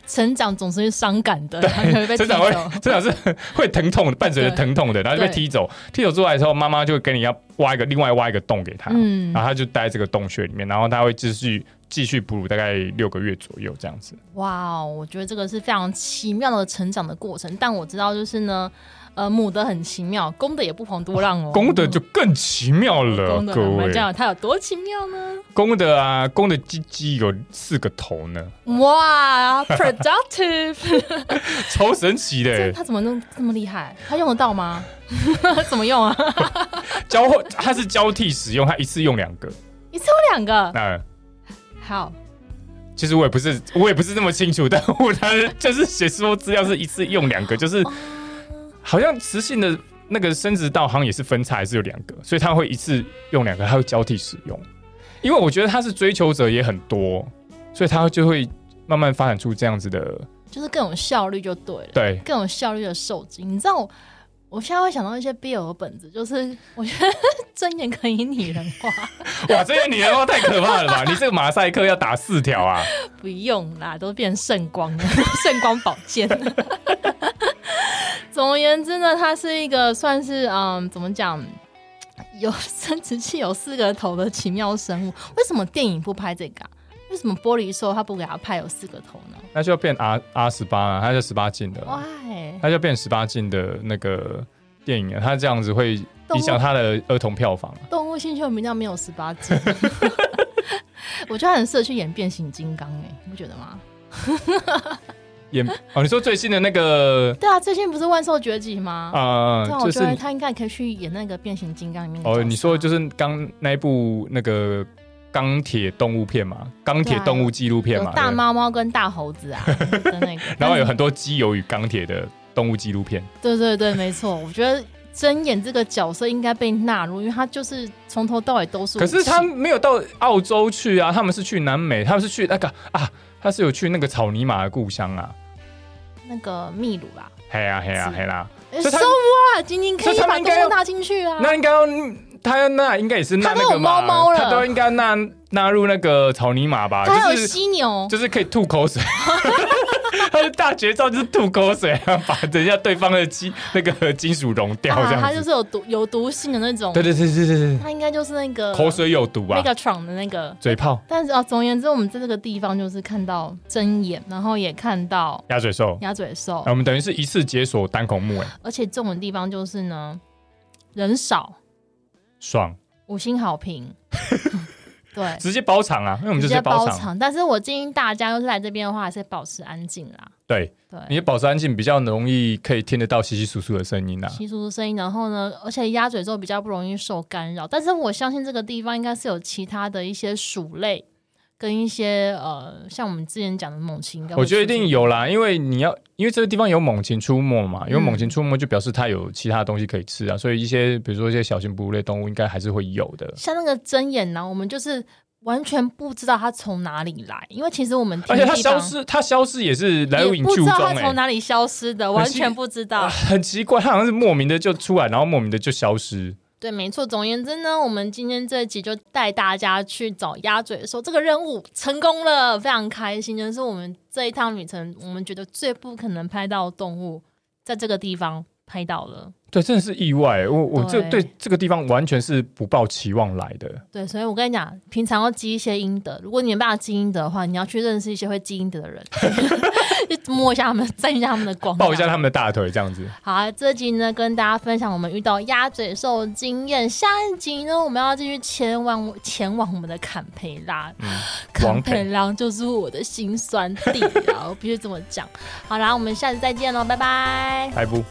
[SPEAKER 1] 成长总是伤感 的，然后就会被踢
[SPEAKER 2] 成长会 啊
[SPEAKER 1] 走。
[SPEAKER 2] 成长是会疼痛的，伴随着疼痛的，然后就被
[SPEAKER 1] 对
[SPEAKER 2] 踢走。踢走出来之后，妈妈就跟你要挖一个另外挖一个洞给他，
[SPEAKER 1] 嗯
[SPEAKER 2] 然后他就待在这个洞穴里面，然后他会继续继续哺乳大概六个月左右这样子。
[SPEAKER 1] 哇哦，我觉得这个是非常奇妙的成长的过程。但我知道，就是呢，呃，母的很奇妙，公的也不遑多让哦。
[SPEAKER 2] 公的就更奇妙了，
[SPEAKER 1] 公的
[SPEAKER 2] 各
[SPEAKER 1] 我们
[SPEAKER 2] 位，
[SPEAKER 1] 讲它有多奇妙呢？
[SPEAKER 2] 公的啊，公的鸡鸡有四个头呢，
[SPEAKER 1] 哇，productive，
[SPEAKER 2] 超神奇 的、欸
[SPEAKER 1] 这它怎么弄这么厉害？它用得到吗？ 怎么用啊？
[SPEAKER 2] 交换它是交替使用，它一次用两个。
[SPEAKER 1] 你只有两个，
[SPEAKER 2] 那、
[SPEAKER 1] 好，
[SPEAKER 2] 其实我也不是，我也不是那么清楚，但我他就是写说资料是一次用两个，
[SPEAKER 1] 哦
[SPEAKER 2] 就是好像雌性的那个生殖道好像也是分叉，还是有两个，所以它会一次用两个，它会交替使用。因为我觉得它是追求者也很多，所以它就会慢慢发展出这样子的，
[SPEAKER 1] 就是更有效率就对了，
[SPEAKER 2] 对，
[SPEAKER 1] 更有效率的受精。你知道我，我现在会想到一些 BL 的本子，就是我觉得 真言可以拟人化，
[SPEAKER 2] 哇，这个女人话太可怕了吧！你这个马赛克要打四条啊，
[SPEAKER 1] 不用啦，都变圣光了， 圣光宝剑。 总而言之呢，它是一个算是嗯，怎么讲？有生殖器有四个头的奇妙生物，为什么电影不拍这个、啊？为什么玻璃兽它不给它拍有四个头呢
[SPEAKER 2] 啊那就要变 R R 十八了，它就十八禁的了。
[SPEAKER 1] ？Why？
[SPEAKER 4] 对，
[SPEAKER 2] 它就变十八禁的那个电影了。它这样子会
[SPEAKER 1] 动物
[SPEAKER 2] 影响它的儿童票房啊。
[SPEAKER 1] 动物星球频道没有十八禁， 我觉得他很适合去演变形金刚哎、你不觉得吗？
[SPEAKER 2] 也哦，你说最新的那个
[SPEAKER 1] 对啊，最近不是万兽崛起吗？
[SPEAKER 2] 啊
[SPEAKER 1] 对，啊，
[SPEAKER 2] 就
[SPEAKER 1] 我觉
[SPEAKER 2] 是
[SPEAKER 1] 得
[SPEAKER 2] 你
[SPEAKER 1] 他应该可以去演那个变形金刚里面的角色
[SPEAKER 2] 哦，
[SPEAKER 1] 啊。
[SPEAKER 2] 你说就是刚那一部那个钢铁动物片嘛，钢铁
[SPEAKER 1] 对啊
[SPEAKER 2] 动物纪录片
[SPEAKER 1] 有
[SPEAKER 2] 嘛，
[SPEAKER 1] 大
[SPEAKER 2] 对
[SPEAKER 1] 猫猫跟大猴 子啊的那个，
[SPEAKER 2] 然后有很多机油与钢铁的动物纪录片。
[SPEAKER 1] 对对对，没错，我觉得睁眼这个角色应该被纳入，因为他就是从头到尾都是武器。
[SPEAKER 2] 可是他没有到澳洲去啊，他们是去南美，他们是去那个啊，他是有去那个草泥马的故乡啊，
[SPEAKER 1] 那个秘鲁啊，
[SPEAKER 2] 嘿呀嘿呀
[SPEAKER 1] 是
[SPEAKER 2] 嘿啦，
[SPEAKER 1] 哎
[SPEAKER 2] 所以他
[SPEAKER 1] so what？今天可
[SPEAKER 2] 所
[SPEAKER 1] 以
[SPEAKER 2] 以他
[SPEAKER 1] 把
[SPEAKER 2] 们应该
[SPEAKER 1] 动
[SPEAKER 2] 要
[SPEAKER 1] 物纳进去啊。
[SPEAKER 2] 那应该要他要那应该也是纳
[SPEAKER 1] 他都
[SPEAKER 2] 那个
[SPEAKER 1] 有
[SPEAKER 2] 嘛，
[SPEAKER 1] 猫猫了
[SPEAKER 2] 他都应该纳纳入那个草泥马吧，
[SPEAKER 1] 还有
[SPEAKER 2] 啊就是
[SPEAKER 1] 犀牛，
[SPEAKER 2] 就是可以吐口水。 他的大绝招就是吐口水啊，把人家对方的金那个金属溶掉这
[SPEAKER 1] 啊，
[SPEAKER 2] 样
[SPEAKER 1] 它
[SPEAKER 2] 子。
[SPEAKER 1] 就是有毒有毒性的那种
[SPEAKER 2] 对，对对对对对
[SPEAKER 1] 它应该就是那个
[SPEAKER 2] 对，口水有毒
[SPEAKER 1] 呃
[SPEAKER 2] 啊
[SPEAKER 1] 那，个闯的那个。
[SPEAKER 2] 嘴炮、
[SPEAKER 1] 但是啊，总而言之，我们在这个地方就是看到睁眼，然后也看到
[SPEAKER 2] 鸭嘴兽。
[SPEAKER 1] 鸭嘴兽
[SPEAKER 2] 啊，我，们等于是一次解锁单孔目，哎，
[SPEAKER 1] 而且重点地方就是呢，人少，
[SPEAKER 2] 爽，
[SPEAKER 1] 五星好 评，对，
[SPEAKER 2] 直接包场啊，因为我们就是包场。
[SPEAKER 1] 场。但是我建议大家要是来这边的话，还是保持安静啦。
[SPEAKER 2] 对，
[SPEAKER 1] 对，
[SPEAKER 2] 你保持安静比较容易可以听得到稀稀疏疏的声音啊。
[SPEAKER 1] 稀疏的声音，然后呢，而且鸭嘴兽比较不容易受干扰。但是我相信这个地方应该是有其他的一些鼠类，跟一些呃，像我们之前讲的猛禽，应该会
[SPEAKER 2] 我觉得一
[SPEAKER 1] 出现
[SPEAKER 2] 定有啦，因为你要，因为这个地方有猛禽出没嘛，有
[SPEAKER 1] 嗯
[SPEAKER 2] 猛禽出没就表示它有其他东西可以吃啊，所以一些比如说一些小型哺乳类动物应该还是会有的。
[SPEAKER 1] 像那个针眼呢、我们就是完全不知道它从哪里来，因为其实我们
[SPEAKER 2] 而且它
[SPEAKER 1] 听地
[SPEAKER 2] 消
[SPEAKER 1] 方
[SPEAKER 2] 失，它消失也是来无
[SPEAKER 1] 也
[SPEAKER 2] 影
[SPEAKER 1] 不
[SPEAKER 2] 剧
[SPEAKER 1] 知
[SPEAKER 2] 无
[SPEAKER 1] 道
[SPEAKER 2] 踪
[SPEAKER 1] 它
[SPEAKER 2] 哎
[SPEAKER 1] 从、哪里消失的，完全不知道。
[SPEAKER 2] 很奇怪，它好像是莫名的就出来，然后莫名的就消失。
[SPEAKER 1] 对，没错。总而言之呢，我们今天这一集就带大家去找鸭嘴兽，这个任务成功了，非常开心。就是我们这一趟旅程，我们觉得最不可能拍到的动物，在这个地方拍到了。
[SPEAKER 2] 对，真的是意外、我我这
[SPEAKER 1] 对
[SPEAKER 2] 对这个地方完全是不抱期望来的。
[SPEAKER 1] 对，所以我跟你讲，平常要积一些阴德。如果你没办法积阴德的话，你要去认识一些会积阴德的人， 去摸一下他们，沾一下他们的光，
[SPEAKER 2] 抱一下他们的大腿，这样子。
[SPEAKER 1] 好啊，这集呢跟大家分享我们遇到鸭嘴兽的经验。下一集呢，我们要继续前往前往我们的坎培拉。坎
[SPEAKER 2] 王
[SPEAKER 1] 培
[SPEAKER 2] 培
[SPEAKER 1] 拉就是我的心酸地啊，我必须这么讲。好啦，我们下次再见喽，拜拜。
[SPEAKER 2] 还不。